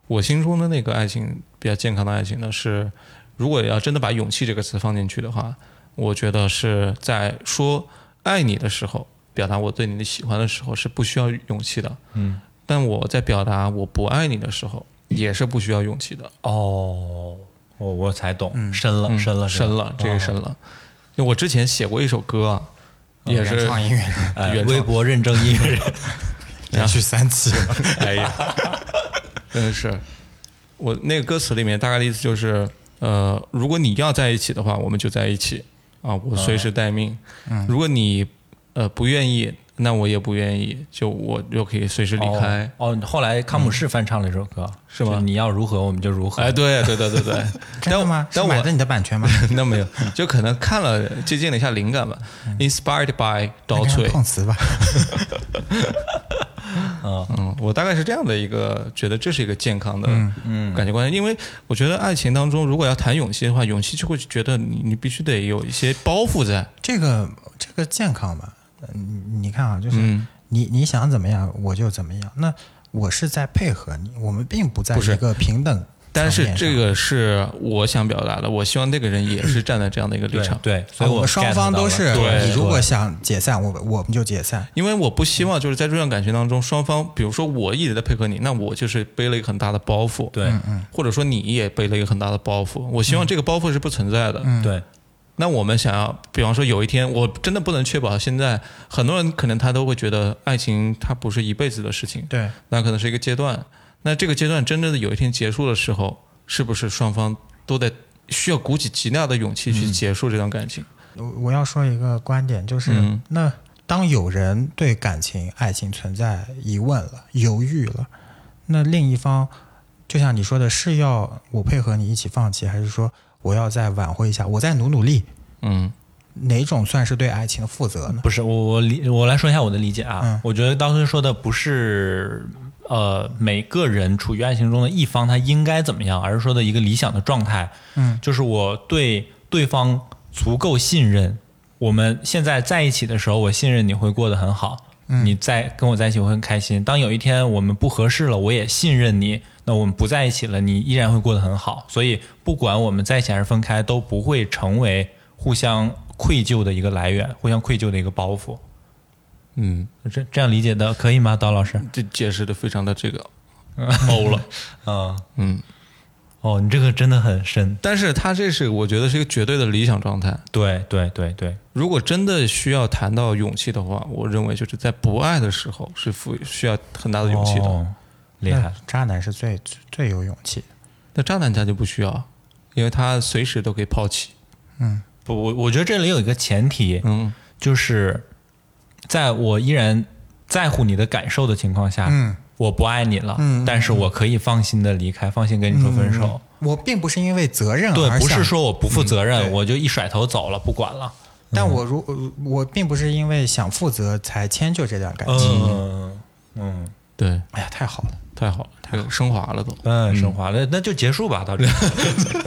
[SPEAKER 1] 我心中的那个爱情，比较健康的爱情呢，是如果要真的把“勇气”这个词放进去的话，我觉得是在说爱你的时候，表达我对你的喜欢的时候是不需要勇气的。
[SPEAKER 3] 嗯，
[SPEAKER 1] 但我在表达我不爱你的时候，也是不需要勇气的。
[SPEAKER 3] 哦，我我才懂，深了，
[SPEAKER 1] 嗯
[SPEAKER 3] 深了，啊
[SPEAKER 1] 深了，这个深了。因为我之前写过一首歌啊，
[SPEAKER 3] 哦
[SPEAKER 1] 也是
[SPEAKER 2] 原创音乐人
[SPEAKER 3] 哎
[SPEAKER 1] 原创
[SPEAKER 3] 微博认证 音乐人，哦
[SPEAKER 2] 连续三期了，
[SPEAKER 1] 哎呀，真的嗯是，我那个歌词里面大概的意思就是，呃，如果你要在一起的话，我们就在一起啊，我随时待命。
[SPEAKER 2] 嗯
[SPEAKER 1] 如果你呃不愿意，那我也不愿意，就我就可以随时离开。哎嗯
[SPEAKER 3] 哦。哦，后来康姆士翻唱了这首歌，
[SPEAKER 1] 是吗
[SPEAKER 3] 就你要如何，我们就如何。
[SPEAKER 1] 哎，对对对对对，
[SPEAKER 2] 真的吗？是
[SPEAKER 1] 但
[SPEAKER 2] 买
[SPEAKER 1] 我
[SPEAKER 2] 的你的版权吗？
[SPEAKER 1] 那没有，就可能看了借鉴了一下灵感吧，inspired
[SPEAKER 2] 嗯
[SPEAKER 1] by
[SPEAKER 2] 那
[SPEAKER 1] 刀
[SPEAKER 2] 个
[SPEAKER 1] 翠
[SPEAKER 2] 人。碰瓷吧，
[SPEAKER 1] 嗯，我大概是这样的一个，觉得这是一个健康的
[SPEAKER 3] 嗯
[SPEAKER 1] 感觉观念，因为我觉得爱情当中，如果要谈勇气的话，勇气就会觉得你你必须得有一些包袱在，
[SPEAKER 2] 这个这个健康吧？嗯，你看啊，就是
[SPEAKER 1] 嗯
[SPEAKER 2] 你你想怎么样我就怎么样，那我是在配合你，我们并不在
[SPEAKER 1] 不是
[SPEAKER 2] 一个平等。
[SPEAKER 1] 但是这，个是我想表达的，我希望那个人也是站在这样的一个立
[SPEAKER 3] 对
[SPEAKER 1] 场，，
[SPEAKER 3] 对，所
[SPEAKER 2] 所
[SPEAKER 3] 以
[SPEAKER 2] 以啊我们
[SPEAKER 3] get
[SPEAKER 2] 双方
[SPEAKER 3] 到
[SPEAKER 2] 都
[SPEAKER 3] 了
[SPEAKER 2] 是，
[SPEAKER 1] 对
[SPEAKER 2] 你如果
[SPEAKER 3] 对
[SPEAKER 2] 想解散，我我们就解散。
[SPEAKER 1] 因为我不希望就是在这段感情当中，双方比如说我一直在配合你，那我就是背了一个很大的包袱，，
[SPEAKER 3] 对
[SPEAKER 2] 嗯
[SPEAKER 3] 嗯
[SPEAKER 1] 或者说你也背了一个很大的包袱，我希望这个包袱是不存在的，嗯
[SPEAKER 3] 对
[SPEAKER 1] 那我们想要，比方说有一天，我真的不能确保。现在很多人可能他都会觉得，爱情它不是一辈子的事情，
[SPEAKER 2] 对，
[SPEAKER 1] 那可能是一个阶段。那这个阶段真正的有一天结束的时候，是不是双方都得需要鼓起极大的勇气去结束这段感情？
[SPEAKER 2] 我我要说一个观点，就是、
[SPEAKER 1] 嗯
[SPEAKER 2] 那当有人对感情、爱情存在疑问了、犹豫了，那另一方就像你说的，是要我配合你一起放弃，还是说我要再挽回一下，我再努努力？
[SPEAKER 1] 嗯
[SPEAKER 2] 哪种算是对爱情的负责呢？
[SPEAKER 3] 不是我我理我来说一下我的理解啊，
[SPEAKER 2] 嗯
[SPEAKER 3] 我觉得当时说的不是呃每个人处于爱情中的一方他应该怎么样，而是说的一个理想的状态，
[SPEAKER 2] 嗯，
[SPEAKER 3] 就是我对对方足够信任。我们现在在一起的时候，我信任你会过得很好，你在跟我在一起我会很开心。当有一天我们不合适了，我也信任你，那我们不在一起了，你依然会过得很好。所以不管我们在一起还是分开，都不会成为互相愧疚的一个来源，互相愧疚的一个包袱。
[SPEAKER 1] 嗯，
[SPEAKER 3] 这这样理解的可以吗，刀老 师？
[SPEAKER 1] 这解释的非常的这个欧 了，
[SPEAKER 3] 啊，
[SPEAKER 1] 嗯。
[SPEAKER 3] 哦，你这个真的很深。
[SPEAKER 1] 但是他这是我觉得是一个绝对的理想状态。
[SPEAKER 3] 对对对对，
[SPEAKER 1] 如果真的需要谈到勇气的话，我认为就是在不爱的时候是需需要很大的勇气的。
[SPEAKER 3] 哦，厉害
[SPEAKER 2] 那。渣男是最最最有勇气的。
[SPEAKER 1] 那渣男他就不需要，因为他随时都可以抛弃。
[SPEAKER 3] 不，我我觉得这里有一个前提，
[SPEAKER 1] 嗯
[SPEAKER 3] 就是在我依然在乎你的感受的情况下，
[SPEAKER 2] 嗯，
[SPEAKER 3] 我不爱你了，
[SPEAKER 2] 嗯嗯
[SPEAKER 3] 但是我可以放心的离开，放心跟你说分手。
[SPEAKER 2] 我并不是因为责任
[SPEAKER 3] 对，
[SPEAKER 2] 而
[SPEAKER 3] 嗯不是
[SPEAKER 2] 想
[SPEAKER 3] 说我不负责
[SPEAKER 2] 嗯
[SPEAKER 3] 任，
[SPEAKER 2] 对
[SPEAKER 3] 我就一甩头走了，不管了。
[SPEAKER 2] 但我如呃我并不是因为想负责才迁就这段感情。
[SPEAKER 3] 嗯嗯，
[SPEAKER 1] 对，
[SPEAKER 2] 哎呀，太好了，
[SPEAKER 1] 太好了，太升华了都。
[SPEAKER 3] 嗯，升华了，那就结束吧，到这里。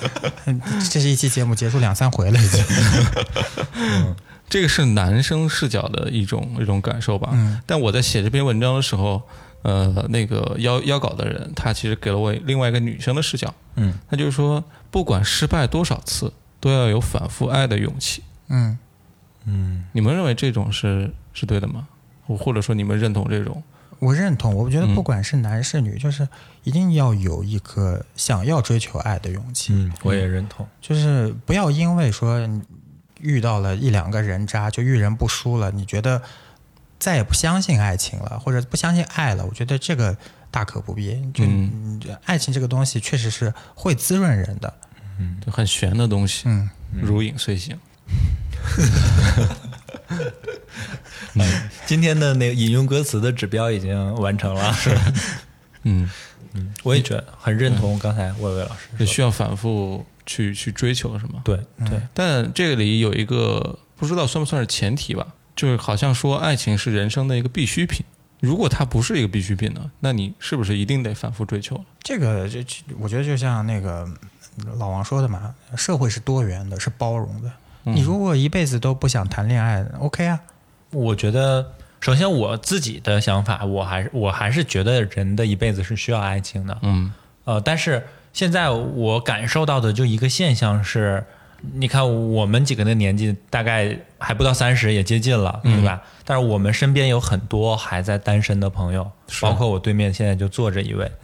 [SPEAKER 2] 这是一期节目结束两三回了 已经。
[SPEAKER 1] 这个是男生视角的一种一种感受吧。
[SPEAKER 2] 嗯
[SPEAKER 1] 但我在写这篇文章的时候，呃，那个邀邀稿的人，他其实给了我另外一个女生的视角。
[SPEAKER 3] 嗯，
[SPEAKER 1] 他就是说，不管失败多少次，都要有反复爱的勇气。
[SPEAKER 2] 嗯。
[SPEAKER 1] 你们认为这种是是对的吗？或或者说你们认同这种？
[SPEAKER 2] 我认同，我觉得
[SPEAKER 1] 嗯
[SPEAKER 2] 不管是男是女，就是一定要有一颗想要追求爱的勇气，
[SPEAKER 3] 嗯，我也认同。
[SPEAKER 2] 就是不要因为说你遇到了一两个人渣就遇人不淑了，你觉得再也不相信爱情了，或者不相信爱了，我觉得这个大可不必。就、
[SPEAKER 1] 嗯
[SPEAKER 2] 爱情这个东西确实是会滋润人的，
[SPEAKER 1] 就很玄的东西，
[SPEAKER 2] 嗯，
[SPEAKER 1] 如影随形。
[SPEAKER 3] 今天的那个引用歌词的指标已经完成了，是，
[SPEAKER 1] 嗯，
[SPEAKER 3] 我也觉得很认同刚才魏巍老师
[SPEAKER 1] 也
[SPEAKER 3] 说的，嗯
[SPEAKER 1] 需要反复去去追求，是吗？
[SPEAKER 3] 对对，
[SPEAKER 1] 但这里有一个不知道算不算是前提吧，就是好像说爱情是人生的一个必需品，如果它不是一个必需品呢，那你是不是一定得反复追求？
[SPEAKER 2] 这个就就我觉得就像那个老王说的嘛，社会是多元的，是包容的。你如果一辈子都不想谈恋爱，OK 啊？
[SPEAKER 3] 我觉得，首先我自己的想法，我还是我还是觉得人的一辈子是需要爱情的。
[SPEAKER 1] 嗯，
[SPEAKER 3] 呃，但是现在我感受到的就一个现象是，你看我们几个的年纪大概还不到三十，也接近了，对吧？但是我们身边有很多还在单身的朋友，包括我对面现在就坐着一位。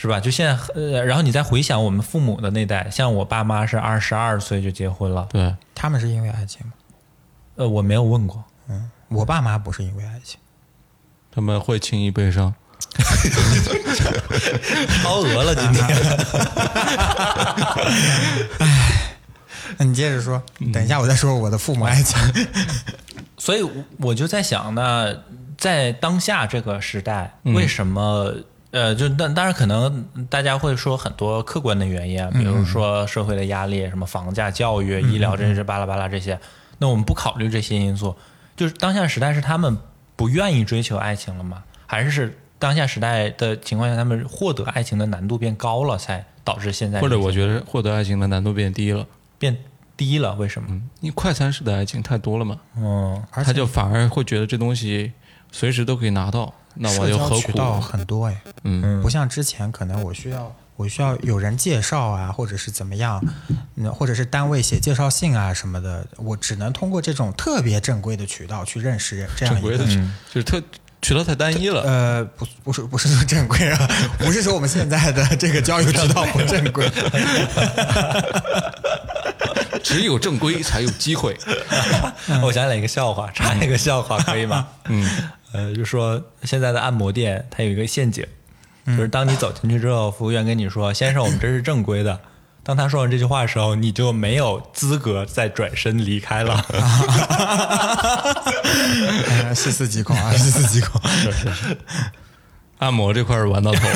[SPEAKER 3] 是吧？就现在，呃，然后你再回想我们父母的那代，像我爸妈是二十二岁就结婚了，
[SPEAKER 1] 对，
[SPEAKER 2] 他们是因为爱情吗？
[SPEAKER 3] 呃，我没有问过，
[SPEAKER 2] 嗯，我爸妈不是因为爱情，
[SPEAKER 1] 他们会轻易悲伤。
[SPEAKER 3] 超额了今天。
[SPEAKER 2] 那你接着说，等一下我再说我的父母爱情。
[SPEAKER 3] 所以我就在想呢，在当下这个时代，
[SPEAKER 1] 嗯
[SPEAKER 3] 为什么、呃，就但当然可能大家会说很多客观的原因，
[SPEAKER 1] 嗯
[SPEAKER 3] 啊，比如说社会的压力、什么房价、教育、医疗，这些巴拉巴拉这些。那我们不考虑这些因素，就是当下时代是他们不愿意追求爱情了吗？还是是当下时代的情况下，他们获得爱情的难度变高了，才导致现在
[SPEAKER 1] 或者我觉得获得爱情的难度变低了。
[SPEAKER 3] 变低了？为什么？
[SPEAKER 1] 你快餐式的爱情太多了嘛，
[SPEAKER 3] 嗯，
[SPEAKER 2] 而
[SPEAKER 1] 他
[SPEAKER 2] 且
[SPEAKER 1] 就反而会觉得这东西随时都可以拿到，那我
[SPEAKER 2] 社
[SPEAKER 1] 又
[SPEAKER 2] 交
[SPEAKER 1] 何
[SPEAKER 2] 渠道
[SPEAKER 1] 苦？
[SPEAKER 2] 很多哎，
[SPEAKER 1] 嗯
[SPEAKER 2] 不像之前可能我需要我需要有人介绍啊，或者是怎么样，嗯，或者是单位写介绍信啊什么的，我只能通过这种特别正规的渠道去认识这样
[SPEAKER 1] 正
[SPEAKER 2] 一
[SPEAKER 1] 规
[SPEAKER 2] 个
[SPEAKER 1] 的 就是特渠道太单一 了。
[SPEAKER 2] 呃，不，不是，不是说正规啊，不是说我们现在的这个交友渠道不正规，
[SPEAKER 1] 只有正规才有机会。
[SPEAKER 3] 我想起来一个笑话，插一个笑话可以 吗？
[SPEAKER 1] 嗯，
[SPEAKER 3] 呃，就说现在的按摩店它有一个陷阱，就是当你走进去之后，服务员跟你说：“先生，我们这是正规的。”当他说完这句话的时候，你就没有资格再转身离开 了。
[SPEAKER 2] 呃细思极恐啊，细思极恐。
[SPEAKER 1] 按摩这块儿玩到头了，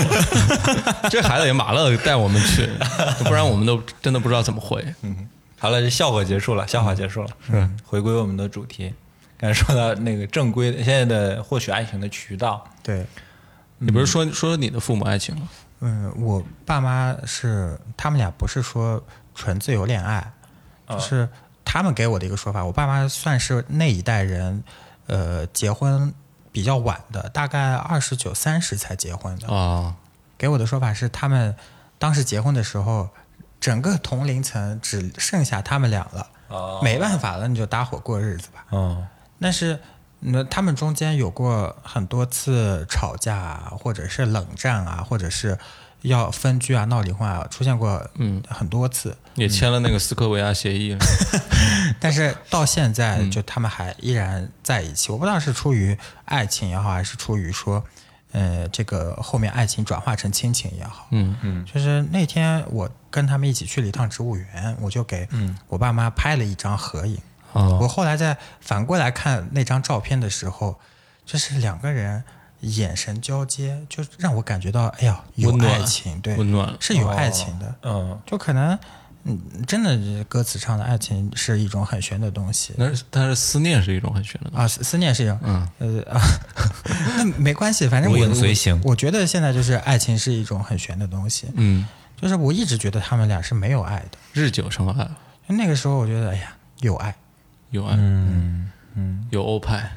[SPEAKER 1] 这孩子也马勒带我们去，不然我们都真的不知道怎么回。
[SPEAKER 3] 好了，这笑话结束了，笑话结束了，嗯，回归我们的主题。刚才说到那个正规的现在的获取爱情的渠道，
[SPEAKER 2] 对，
[SPEAKER 1] 你不是说说说你的父母爱情吗？
[SPEAKER 2] 嗯，我爸妈是他们俩不是说纯自由恋爱，就是他们给我的一个说法。我爸妈算是那一代人，呃，结婚比较晚的，大概二十九、三十才结婚的。
[SPEAKER 1] 啊，
[SPEAKER 2] 给我的说法是，他们当时结婚的时候，整个同龄层只剩下他们俩了，
[SPEAKER 3] 哦
[SPEAKER 2] 没办法了，你就搭伙过日子吧。
[SPEAKER 3] 嗯，
[SPEAKER 2] 但是，那他们中间有过很多次吵架啊，或者是冷战啊，或者是要分居啊、闹离婚啊，出现过嗯很多次。
[SPEAKER 1] 也签了那个斯科维亚协议了。
[SPEAKER 2] 但是到现
[SPEAKER 1] 嗯
[SPEAKER 2] 在，就他们还依然在一起。我不知道是出于爱情也好，还是出于说，呃，这个后面爱情转化成亲情也好。
[SPEAKER 1] 嗯
[SPEAKER 2] 嗯，就是那天我跟他们一起去了一趟植物园，我就给
[SPEAKER 1] 嗯
[SPEAKER 2] 我爸妈拍了一张合影。我
[SPEAKER 1] 啊，
[SPEAKER 2] 后来在反过来看那张照片的时候，就是两个人眼神交接，就让我感觉到，哎呀，有
[SPEAKER 1] 温暖
[SPEAKER 2] 爱情，对，
[SPEAKER 1] 温暖哦
[SPEAKER 2] 是有爱情的，
[SPEAKER 3] 嗯，
[SPEAKER 2] 就可能，嗯，真的歌词唱的爱情是一种很玄的东西。
[SPEAKER 1] 但是但是思念是一种很玄的东西。
[SPEAKER 2] 啊，思思念是一种，
[SPEAKER 1] 嗯
[SPEAKER 2] 呃 啊，那没关系，反正
[SPEAKER 3] 无
[SPEAKER 2] 我
[SPEAKER 3] 影随形
[SPEAKER 2] 我。我觉得现在就是爱情是一种很玄的东西，
[SPEAKER 1] 嗯，
[SPEAKER 2] 就是我一直觉得他们俩是没有爱的。
[SPEAKER 1] 日久生爱，
[SPEAKER 2] 那个时候我觉得，哎呀，有爱，
[SPEAKER 1] 有爱，嗯嗯，有欧派。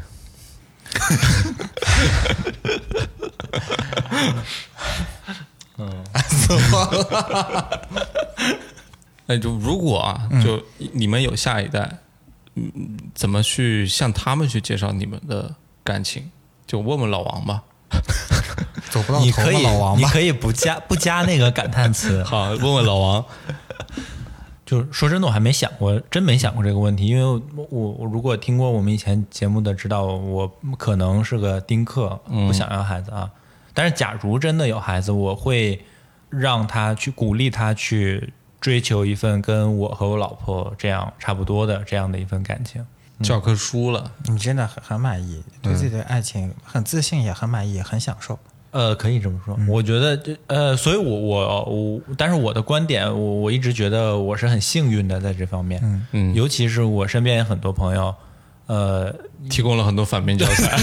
[SPEAKER 1] 嗯 哎，就如果啊，就你们有下一代，嗯，怎么去向他们去介绍你们的感情？就问问老王吧。
[SPEAKER 2] 走不到
[SPEAKER 3] 你
[SPEAKER 2] 头
[SPEAKER 3] 可
[SPEAKER 2] 嘛，
[SPEAKER 3] 以
[SPEAKER 2] 老王，
[SPEAKER 3] 你
[SPEAKER 2] 吧。
[SPEAKER 3] 可以不 加不加那个感叹 词，
[SPEAKER 1] 好，问问老王。
[SPEAKER 3] 就是说真的，我还没想过，真没想过这个问题，因为我我我如果听过我们以前节目的，知道我可能是个丁克，
[SPEAKER 1] 嗯
[SPEAKER 3] 不想要孩子啊。但是假如真的有孩子，我会让他去鼓励他去追求一份跟我和我老婆这样差不多的这样的一份感情。
[SPEAKER 1] 教科书了，
[SPEAKER 2] 你真的很很满意，对自己
[SPEAKER 3] 嗯
[SPEAKER 2] 的爱情很自信，也很满意，也很享受。
[SPEAKER 3] 呃，可以这么说，我觉得这呃，所以我我我，但是我的观点，我我一直觉得我是很幸运的在这方面，
[SPEAKER 2] 嗯
[SPEAKER 1] 嗯
[SPEAKER 3] 尤其是我身边有很多朋友，呃，
[SPEAKER 1] 提供了很多反面教材。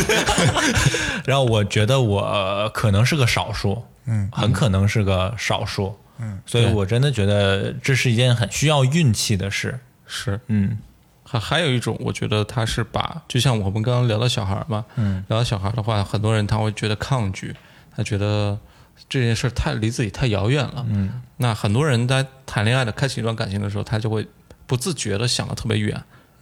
[SPEAKER 3] 然后我觉得我、呃可能是个少数，嗯，很可能是个少数，嗯，所以
[SPEAKER 1] 对
[SPEAKER 3] 我真的觉得这是一件很需要运气的事，
[SPEAKER 1] 是，
[SPEAKER 3] 嗯
[SPEAKER 1] 还还有一种，我觉得他是把，就像我们刚刚聊到小孩儿嘛，
[SPEAKER 3] 嗯，
[SPEAKER 1] 聊到小孩儿的话，很多人他会觉得抗拒，他觉得这件事儿太离自己太遥远了，
[SPEAKER 3] 嗯，
[SPEAKER 1] 那很多人在谈恋爱的开启一段感情的时候，他就会不自觉的想的特别远。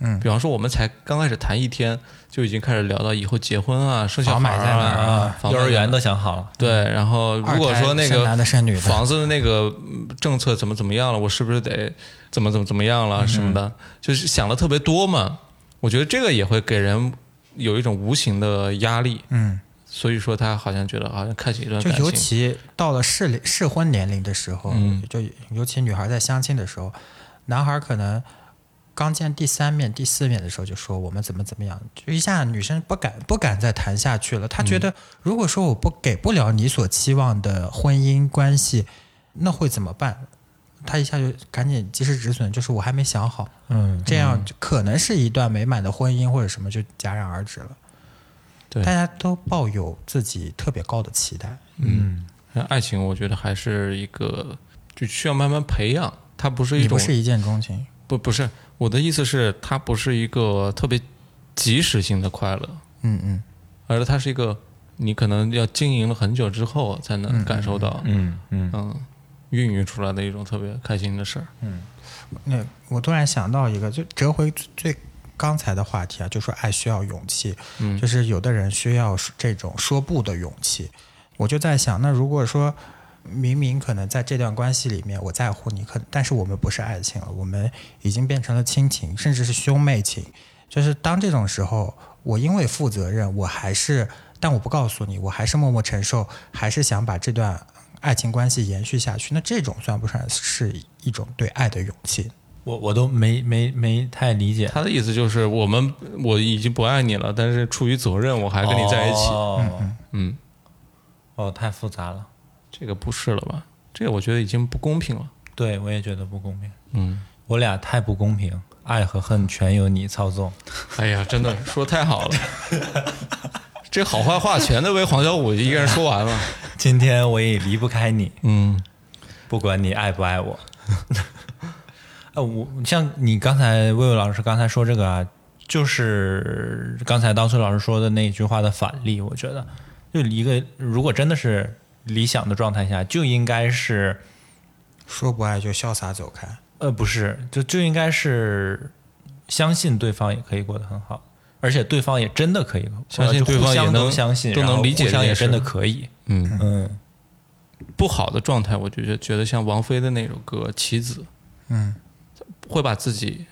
[SPEAKER 2] 嗯
[SPEAKER 1] 比方说我们才刚开始谈一天，就已经开始聊到以后结婚啊、生小
[SPEAKER 2] 房
[SPEAKER 1] 孩
[SPEAKER 2] 买
[SPEAKER 1] 儿
[SPEAKER 2] 在哪儿
[SPEAKER 1] 啊、
[SPEAKER 3] 啊，
[SPEAKER 1] 房
[SPEAKER 3] 幼
[SPEAKER 1] 买在
[SPEAKER 3] 儿
[SPEAKER 1] 哪
[SPEAKER 3] 园
[SPEAKER 1] 儿
[SPEAKER 3] 都想好了，
[SPEAKER 1] 对，然后如果说那
[SPEAKER 2] 二胎生男的生女
[SPEAKER 1] 个
[SPEAKER 2] 的
[SPEAKER 1] 房子的那个嗯政策怎么怎么样了，我是不是得怎么怎么怎么样了什么的，就是想的特别多嘛。我觉得这个也会给人有一种无形的压力，
[SPEAKER 2] 嗯，
[SPEAKER 1] 所以说他好像觉得好像开启一段
[SPEAKER 2] 就
[SPEAKER 1] 感
[SPEAKER 2] 尤
[SPEAKER 1] 情，
[SPEAKER 2] 其到了适龄适婚年龄的时候，
[SPEAKER 1] 嗯
[SPEAKER 2] 就尤其女孩在相亲的时候，男孩可能刚见第三面、第四面的时候就说我们怎么怎么样，就一下女生不敢不敢再谈下去了。她
[SPEAKER 1] 嗯
[SPEAKER 2] 觉得如果说我不给不了你所期望的婚姻关系，那会怎么办？她一下就赶紧及时止损，就是我还没想好，
[SPEAKER 3] 嗯，
[SPEAKER 2] 这样就可能是一段美满的婚姻或者什么就戛然而止了。
[SPEAKER 1] 对
[SPEAKER 2] 大家都抱有自己特别高的期待。
[SPEAKER 1] 嗯，那爱情我觉得还是一个就需要慢慢培养，它不是一
[SPEAKER 2] 你不
[SPEAKER 1] 种
[SPEAKER 2] 是一见钟情，
[SPEAKER 1] 不不是我的意思是它不是一个特别即时性的快乐，
[SPEAKER 2] 嗯嗯，
[SPEAKER 1] 而是它是一个你可能要经营了很久之后才能感受到，嗯
[SPEAKER 3] 嗯嗯
[SPEAKER 1] 孕育出来的一种特别开心的事儿。
[SPEAKER 2] 那我突然想到一个，就折回最最刚才的话题啊，就说爱需要勇气，
[SPEAKER 1] 嗯
[SPEAKER 2] 就是有的人需要说这种说不的勇气。我就在想，那如果说明明可能在这段关系里面我在乎你，可但是我们不是爱情了，我们已经变成了亲情，甚至是兄妹情。就是当这种时候，我因为负责任，我还是，但我不告诉你，我还是默默承受，还是想把这段爱情关系延续下去。那这种算不算是一种对爱的勇气？
[SPEAKER 3] 我我都没没没太理解，
[SPEAKER 1] 他的意思就是，我们我已经不爱你了，但是出于责任，我还跟你在一起。
[SPEAKER 3] 哦
[SPEAKER 1] 嗯，
[SPEAKER 3] 哦，太复杂了，
[SPEAKER 1] 这个不是了吧？这个我觉得已经不公平了。
[SPEAKER 3] 对我也觉得不公平，
[SPEAKER 1] 嗯，
[SPEAKER 3] 我俩太不公平，爱和恨全由你操纵，
[SPEAKER 1] 哎呀，真的说太好了，这好坏话全都被黄小五一个人说完了。
[SPEAKER 3] 今天我也离不开你，
[SPEAKER 1] 嗯，
[SPEAKER 3] 不管你爱不爱我。 呃，我像你刚才魏魏老师刚才说这个啊，就是刚才当崔老师说的那句话的反例，我觉得就一个如果真的是理想的状态下，就应该是
[SPEAKER 2] 说不爱就潇洒走开。
[SPEAKER 3] 呃不是，就就应该是相信对方也可以过得很好，而且对方也真的可以，呃
[SPEAKER 1] 相信对方也
[SPEAKER 3] 互相都
[SPEAKER 1] 能
[SPEAKER 3] 相信，
[SPEAKER 1] 都能
[SPEAKER 3] 然后
[SPEAKER 1] 理解
[SPEAKER 3] 互相
[SPEAKER 1] 这件
[SPEAKER 3] 也
[SPEAKER 1] 事
[SPEAKER 3] 真的可以，
[SPEAKER 1] 嗯，
[SPEAKER 3] 嗯
[SPEAKER 1] 不好的状态，我就觉得觉得像王菲的那首歌《棋子》，
[SPEAKER 2] 嗯
[SPEAKER 1] 会把自己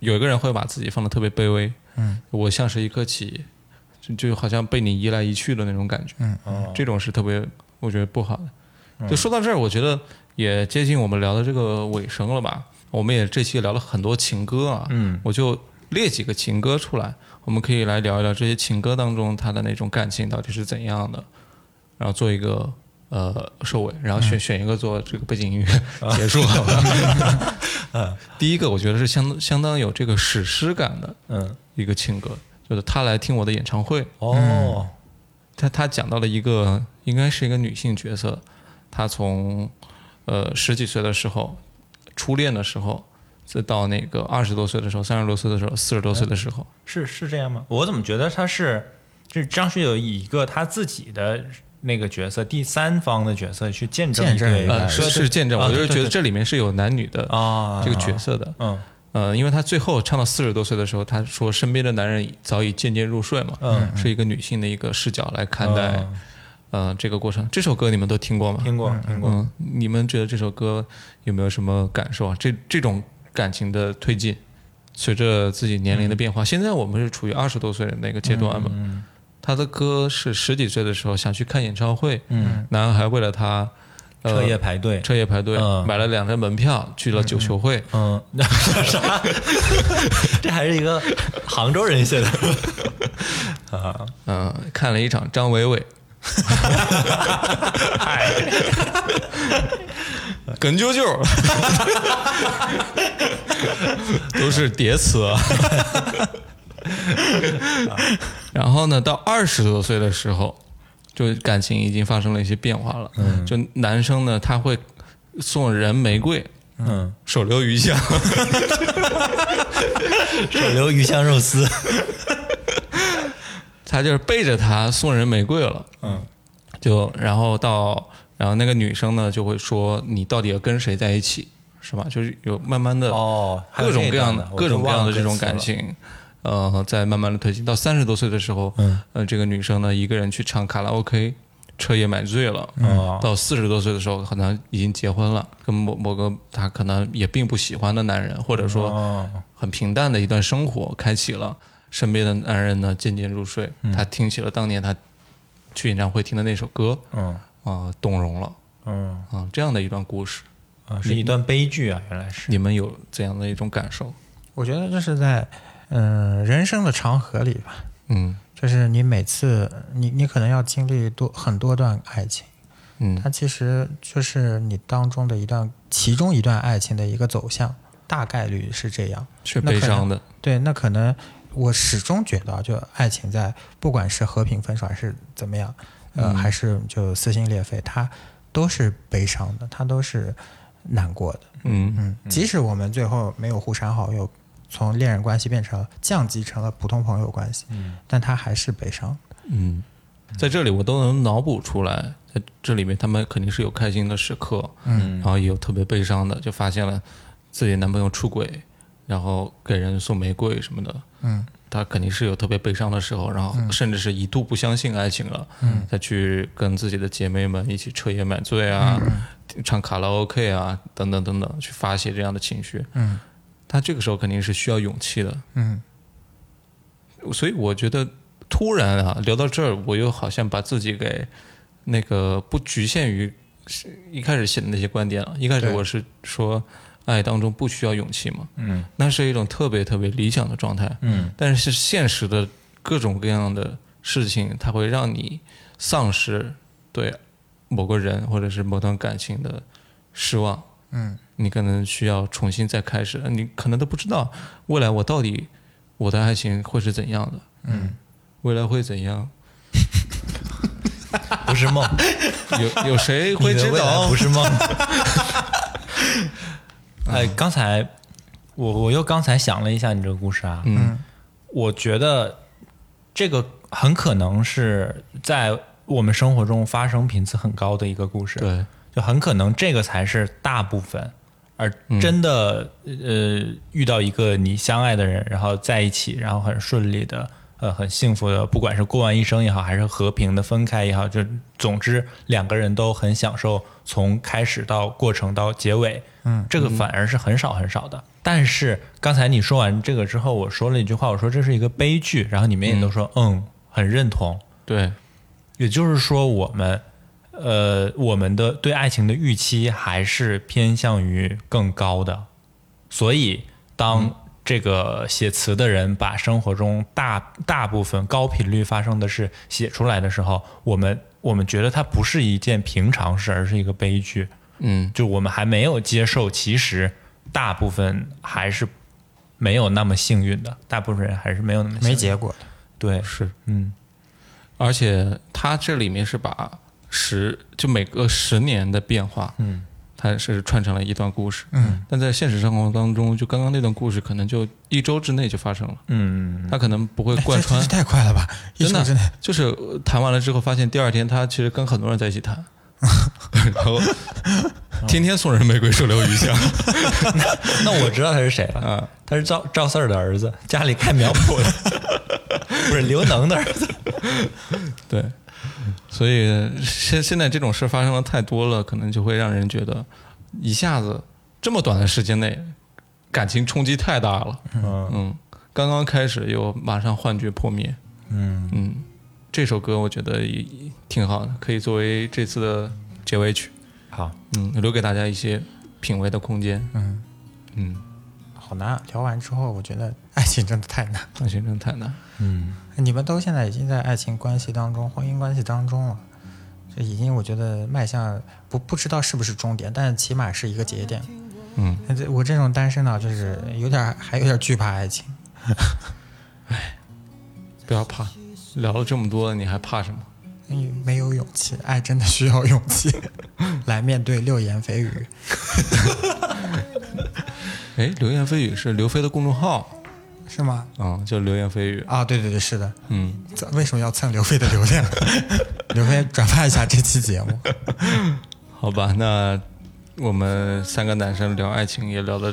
[SPEAKER 1] 有一个人会把自己放的特别卑微，
[SPEAKER 2] 嗯，
[SPEAKER 1] 我像是一颗棋，就就好像被你移来移去的那种感觉，
[SPEAKER 2] 嗯
[SPEAKER 3] 哦
[SPEAKER 1] 这种是特别我觉得不好的。就说到这儿，我觉得也接近我们聊的这个尾声了吧？我们也这期聊了很多情歌啊，
[SPEAKER 3] 嗯
[SPEAKER 1] 我就列几个情歌出来，我们可以来聊一聊这些情歌当中他的那种感情到底是怎样的，然后做一个呃收尾，然后
[SPEAKER 3] 嗯
[SPEAKER 1] 选、选一个做这个背景音乐
[SPEAKER 3] 啊
[SPEAKER 1] 结束。 嗯第一个我觉得是相相当有这个史诗感的
[SPEAKER 3] 嗯
[SPEAKER 1] 一个情歌，就是他来听我的演唱会，
[SPEAKER 3] 哦
[SPEAKER 1] 他他讲到了一个应该是一个女性角色，她从呃十几岁的时候初恋的时候，再到那个二十多岁的时候、三十多岁的时候、四十多岁的时候，
[SPEAKER 3] 是是这样吗？我怎么觉得他是，就是张学友以一个他自己的那个角色，第三方的角色去见证
[SPEAKER 2] 见证
[SPEAKER 3] 一个
[SPEAKER 2] 呃
[SPEAKER 1] 呃，
[SPEAKER 3] 对
[SPEAKER 1] 是
[SPEAKER 3] 对
[SPEAKER 1] 是见证。
[SPEAKER 3] 啊
[SPEAKER 1] 我就是
[SPEAKER 3] 对对
[SPEAKER 1] 觉得这里面是有男女的
[SPEAKER 3] 啊
[SPEAKER 1] 这个角色的，
[SPEAKER 3] 嗯
[SPEAKER 1] 呃，因为她最后唱到四十多岁的时候，她说身边的男人早已渐渐入睡嘛，
[SPEAKER 3] 嗯
[SPEAKER 1] 是一个女性的一个视角来看待
[SPEAKER 3] 嗯，
[SPEAKER 1] 呃，这个过程。这首歌你们都听过吗？
[SPEAKER 3] 听过听过，
[SPEAKER 1] 嗯，你们觉得这首歌有没有什么感受啊？这这种感情的推进，随着自己年龄的变
[SPEAKER 3] 嗯
[SPEAKER 1] 化，现在我们是处于二十多岁的那个阶段嘛。他的歌是十几岁的时候想去看演唱会，
[SPEAKER 3] 嗯，
[SPEAKER 1] 男孩为了他，呃
[SPEAKER 3] 彻夜排队，
[SPEAKER 1] 彻夜排队、
[SPEAKER 3] 嗯
[SPEAKER 1] 买了两张门票去了九球会，
[SPEAKER 3] 嗯，那啥，这还是一个杭州人写的，
[SPEAKER 1] 嗯、看了一场张伟伟。耿啾 啾，都是叠词啊。然后呢，到二十多岁的时候，就感情已经发生了一些变化了。嗯，就男生呢，他会送人玫瑰，
[SPEAKER 3] 嗯，
[SPEAKER 1] 手留余香。
[SPEAKER 3] 手留鱼香肉丝，
[SPEAKER 1] 他就是背着他送人玫瑰了，嗯，就然后到然后那个女生呢就会说你到底要跟谁在一起，是吧？就是有慢慢的
[SPEAKER 3] 哦还有
[SPEAKER 1] 各种
[SPEAKER 3] 这
[SPEAKER 1] 各样
[SPEAKER 3] 样
[SPEAKER 1] 的
[SPEAKER 3] 的
[SPEAKER 1] 各种各样的
[SPEAKER 3] 我都忘了
[SPEAKER 1] 这种感情，呃，在慢慢的推进到三十多岁的时候，嗯，呃，这个女生呢一个人去唱卡拉 OK，车也买醉了，
[SPEAKER 3] 哦
[SPEAKER 1] 到四十多岁的时候可能已经结婚了，跟某某个她可能也并不喜欢的男人，或者说
[SPEAKER 3] 哦
[SPEAKER 1] 很平淡的一段生活开启了。身边的男人呢渐渐入睡，她听起了当年她去演唱会听的那首歌，
[SPEAKER 3] 嗯
[SPEAKER 1] 啊、动容了
[SPEAKER 3] 嗯
[SPEAKER 1] 啊、这样的一段故事，
[SPEAKER 3] 啊，是一段悲剧啊，原来是
[SPEAKER 1] 你们有怎样的一种感受？
[SPEAKER 2] 我觉得这是在嗯、呃人生的长河里吧，
[SPEAKER 1] 嗯
[SPEAKER 2] 就是你每次你你可能要经历多很多段爱情，
[SPEAKER 1] 嗯
[SPEAKER 2] 它其实就是你当中的一段其中一段爱情的一个走向，大概率是这样。
[SPEAKER 1] 是
[SPEAKER 2] 那可
[SPEAKER 1] 悲
[SPEAKER 2] 能
[SPEAKER 1] 伤的，
[SPEAKER 2] 对，那可能我始终觉得啊，就爱情在不管是和平分手还是怎么样，呃，
[SPEAKER 1] 嗯
[SPEAKER 2] 还是就撕心裂肺，它都是悲伤的，它都是难过的。
[SPEAKER 1] 嗯
[SPEAKER 2] 嗯，即使我们最后没有互删好友，从恋人关系变成降级成了普通朋友关系，嗯，但它还是悲伤的。
[SPEAKER 1] 嗯，在这里我都能脑补出来，在这里面他们肯定是有开心的时刻，嗯，然后也有特别悲伤的，就发现了自己男朋友出轨，然后给人送玫瑰什么的，
[SPEAKER 2] 嗯，
[SPEAKER 1] 他肯定是有特别悲伤的时候，然后甚至是一度不相信爱情了，嗯，再去跟自己的姐妹们一起彻夜买醉啊，唱卡拉 OK 啊，等等等等，去发泄这样的情绪，
[SPEAKER 2] 嗯
[SPEAKER 1] 他这个时候肯定是需要勇气的，
[SPEAKER 2] 嗯，
[SPEAKER 1] 所以我觉得突然啊，聊到这儿，我又好像把自己给那个不局限于是一开始写的那些观点了。一开始
[SPEAKER 2] 对
[SPEAKER 1] 我是说，爱当中不需要勇气嘛，
[SPEAKER 3] 嗯，
[SPEAKER 1] 那是一种特别特别理想的状态，
[SPEAKER 3] 嗯，
[SPEAKER 1] 但是现实的各种各样的事情，它会让你丧失对某个人或者是某段感情的失望，
[SPEAKER 2] 嗯，
[SPEAKER 1] 你可能需要重新再开始，你可能都不知道未来我到底我的爱情会是怎样的，
[SPEAKER 2] 嗯，
[SPEAKER 1] 未来会怎样，
[SPEAKER 3] 不是 梦，
[SPEAKER 1] 有有 谁会
[SPEAKER 3] 你的
[SPEAKER 1] 知
[SPEAKER 3] 未来
[SPEAKER 1] 道
[SPEAKER 3] 不？是 梦。
[SPEAKER 1] 嗯
[SPEAKER 3] 哎，刚才我我又刚才想了一下你这个故事啊，
[SPEAKER 1] 嗯
[SPEAKER 3] 我觉得这个很可能是在我们生活中发生频次很高的一个故事，
[SPEAKER 1] 对，
[SPEAKER 3] 就很可能这个才是大部分。而真的、呃，遇到一个你相爱的人，然后在一起，然后很顺利的，呃，很幸福的，不管是过完一生也好，还是和平的分开也好，就总之两个人都很享受从开始到过程到结尾，嗯，这个反而是很少很少的。但是刚才你说完这个之后，我说了一句话，我说这是一个悲剧，然后你们也都说嗯，很认同，
[SPEAKER 1] 对，
[SPEAKER 3] 也就是说，我们呃，我们的对爱情的预期还是偏向于更高的，所以当这个写词的人把生活中大大部分高频率发生的事写出来的时候，我们我们觉得它不是一件平常事，而是一个悲剧。
[SPEAKER 1] 嗯
[SPEAKER 3] 就我们还没有接受，其实大部分还是没有那么幸运的，大部分人还是没有那么幸
[SPEAKER 2] 没
[SPEAKER 3] 运
[SPEAKER 2] 结果的。
[SPEAKER 3] 对，
[SPEAKER 1] 是，
[SPEAKER 3] 嗯
[SPEAKER 1] 而且它这里面是把十就每个十年的变化，
[SPEAKER 3] 嗯
[SPEAKER 1] 它是串成了一段故事。
[SPEAKER 2] 嗯
[SPEAKER 1] 但在现实生活当中，就刚刚那段故事，可能就一周之内就发生了，
[SPEAKER 3] 嗯
[SPEAKER 1] 它可能不会
[SPEAKER 2] 哎
[SPEAKER 1] 贯
[SPEAKER 2] 这真
[SPEAKER 1] 穿
[SPEAKER 2] 是。太快了吧！一
[SPEAKER 1] 真
[SPEAKER 2] 周
[SPEAKER 1] 的
[SPEAKER 2] 之内，
[SPEAKER 1] 就是呃谈完了之后，发现第二天他其实跟很多人在一起谈， 然后
[SPEAKER 2] 嗯
[SPEAKER 1] 天天送人玫瑰，手留余香。
[SPEAKER 3] 那我知道他是谁了，
[SPEAKER 1] 啊
[SPEAKER 3] 他是赵赵四儿的儿子，家里开苗圃的， 不是刘能的儿子。
[SPEAKER 1] 对，所以现现在这种事发生的太多了，可能就会让人觉得一下子这么短的时间内，感情冲击太大了。
[SPEAKER 3] 嗯
[SPEAKER 1] 嗯，刚刚开始又马上幻觉破灭。
[SPEAKER 3] 嗯，
[SPEAKER 1] 嗯，这首歌我觉得也也挺好的，可以作为这次的结尾曲。
[SPEAKER 3] 好，
[SPEAKER 1] 嗯，留给大家一些品味的空间。
[SPEAKER 2] 嗯，
[SPEAKER 1] 嗯，
[SPEAKER 2] 好难啊。聊完之后，我觉得爱情真的太难。
[SPEAKER 1] 那行真太难。
[SPEAKER 3] 嗯，
[SPEAKER 2] 你们都现在已经在爱情关系当中、婚姻关系当中了，这已经我觉得迈向不不知道是不是终点，但是起码是一个节点。
[SPEAKER 1] 嗯，
[SPEAKER 2] 那这我这种单身呢，就是有点还有点惧怕爱情。
[SPEAKER 1] 不要怕，聊了这么多，你还怕什么？
[SPEAKER 2] 你没有勇气，爱真的需要勇气 来面对流言蜚语。
[SPEAKER 1] 哎，流言蜚语是刘飞的公众号
[SPEAKER 2] 是吗？
[SPEAKER 1] 啊、叫流言蜚语。
[SPEAKER 2] 啊，对对对，是的。
[SPEAKER 1] 嗯，
[SPEAKER 2] 这为什么要蹭刘飞的流量？ 刘飞转发一下这期节目。
[SPEAKER 1] 好吧，那我们三个男生聊爱情也聊的，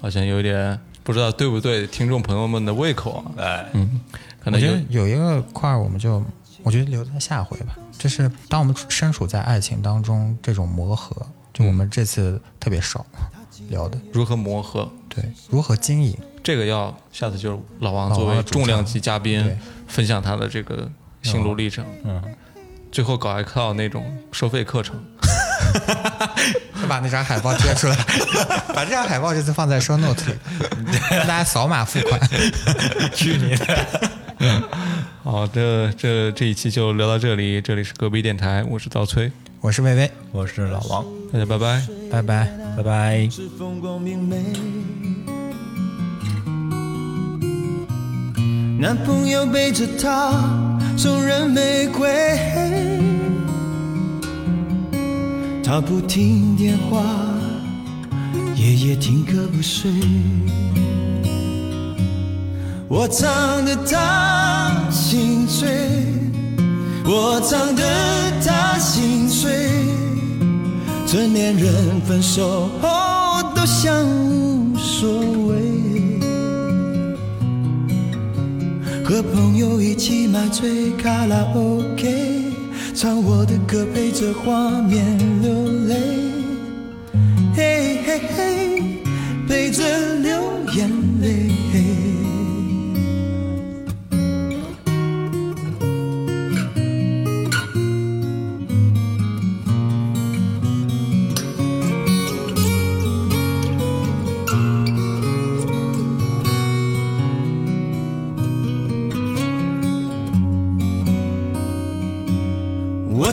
[SPEAKER 1] 好像有点不知道对不对听众朋友们的胃口啊。
[SPEAKER 3] 哎，
[SPEAKER 1] 嗯，可
[SPEAKER 2] 我
[SPEAKER 1] 能
[SPEAKER 2] 觉
[SPEAKER 1] 有
[SPEAKER 2] 得有一个块儿，我们就我觉得留在下回吧。就是当我们身处在爱情当中，这种磨合，就我们这次特别少 聊的，
[SPEAKER 1] 如何磨合，
[SPEAKER 2] 对，如何经营，
[SPEAKER 1] 这个要下次就是老王
[SPEAKER 2] 老王
[SPEAKER 1] 作为
[SPEAKER 2] 的主场
[SPEAKER 1] 重量级嘉宾
[SPEAKER 2] 对
[SPEAKER 1] 分享他的这个心路历程。嗯，最后搞一套那种收费课程。
[SPEAKER 2] 就把那张海报贴出来， 把这张海报这次放在 show note 里，让大家扫码付款。
[SPEAKER 3] 去你的！
[SPEAKER 1] 好，这这这一期就聊到这里，这里是隔壁电台，我是赵崔，
[SPEAKER 2] 我是薇薇，
[SPEAKER 3] 我是老王，
[SPEAKER 1] 大家拜拜。
[SPEAKER 2] 拜拜。
[SPEAKER 3] 拜拜。
[SPEAKER 4] 是风光明媚。男朋友背着她送人玫瑰，她不听电话，夜夜听歌不睡。我唱得她心碎，我唱得她心碎。成年人分手后都像无所谓，和朋友一起买醉卡拉 OK，唱我的歌陪着画面流泪，嘿嘿嘿，陪着流眼泪。我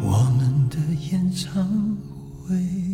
[SPEAKER 4] 我们的演唱会。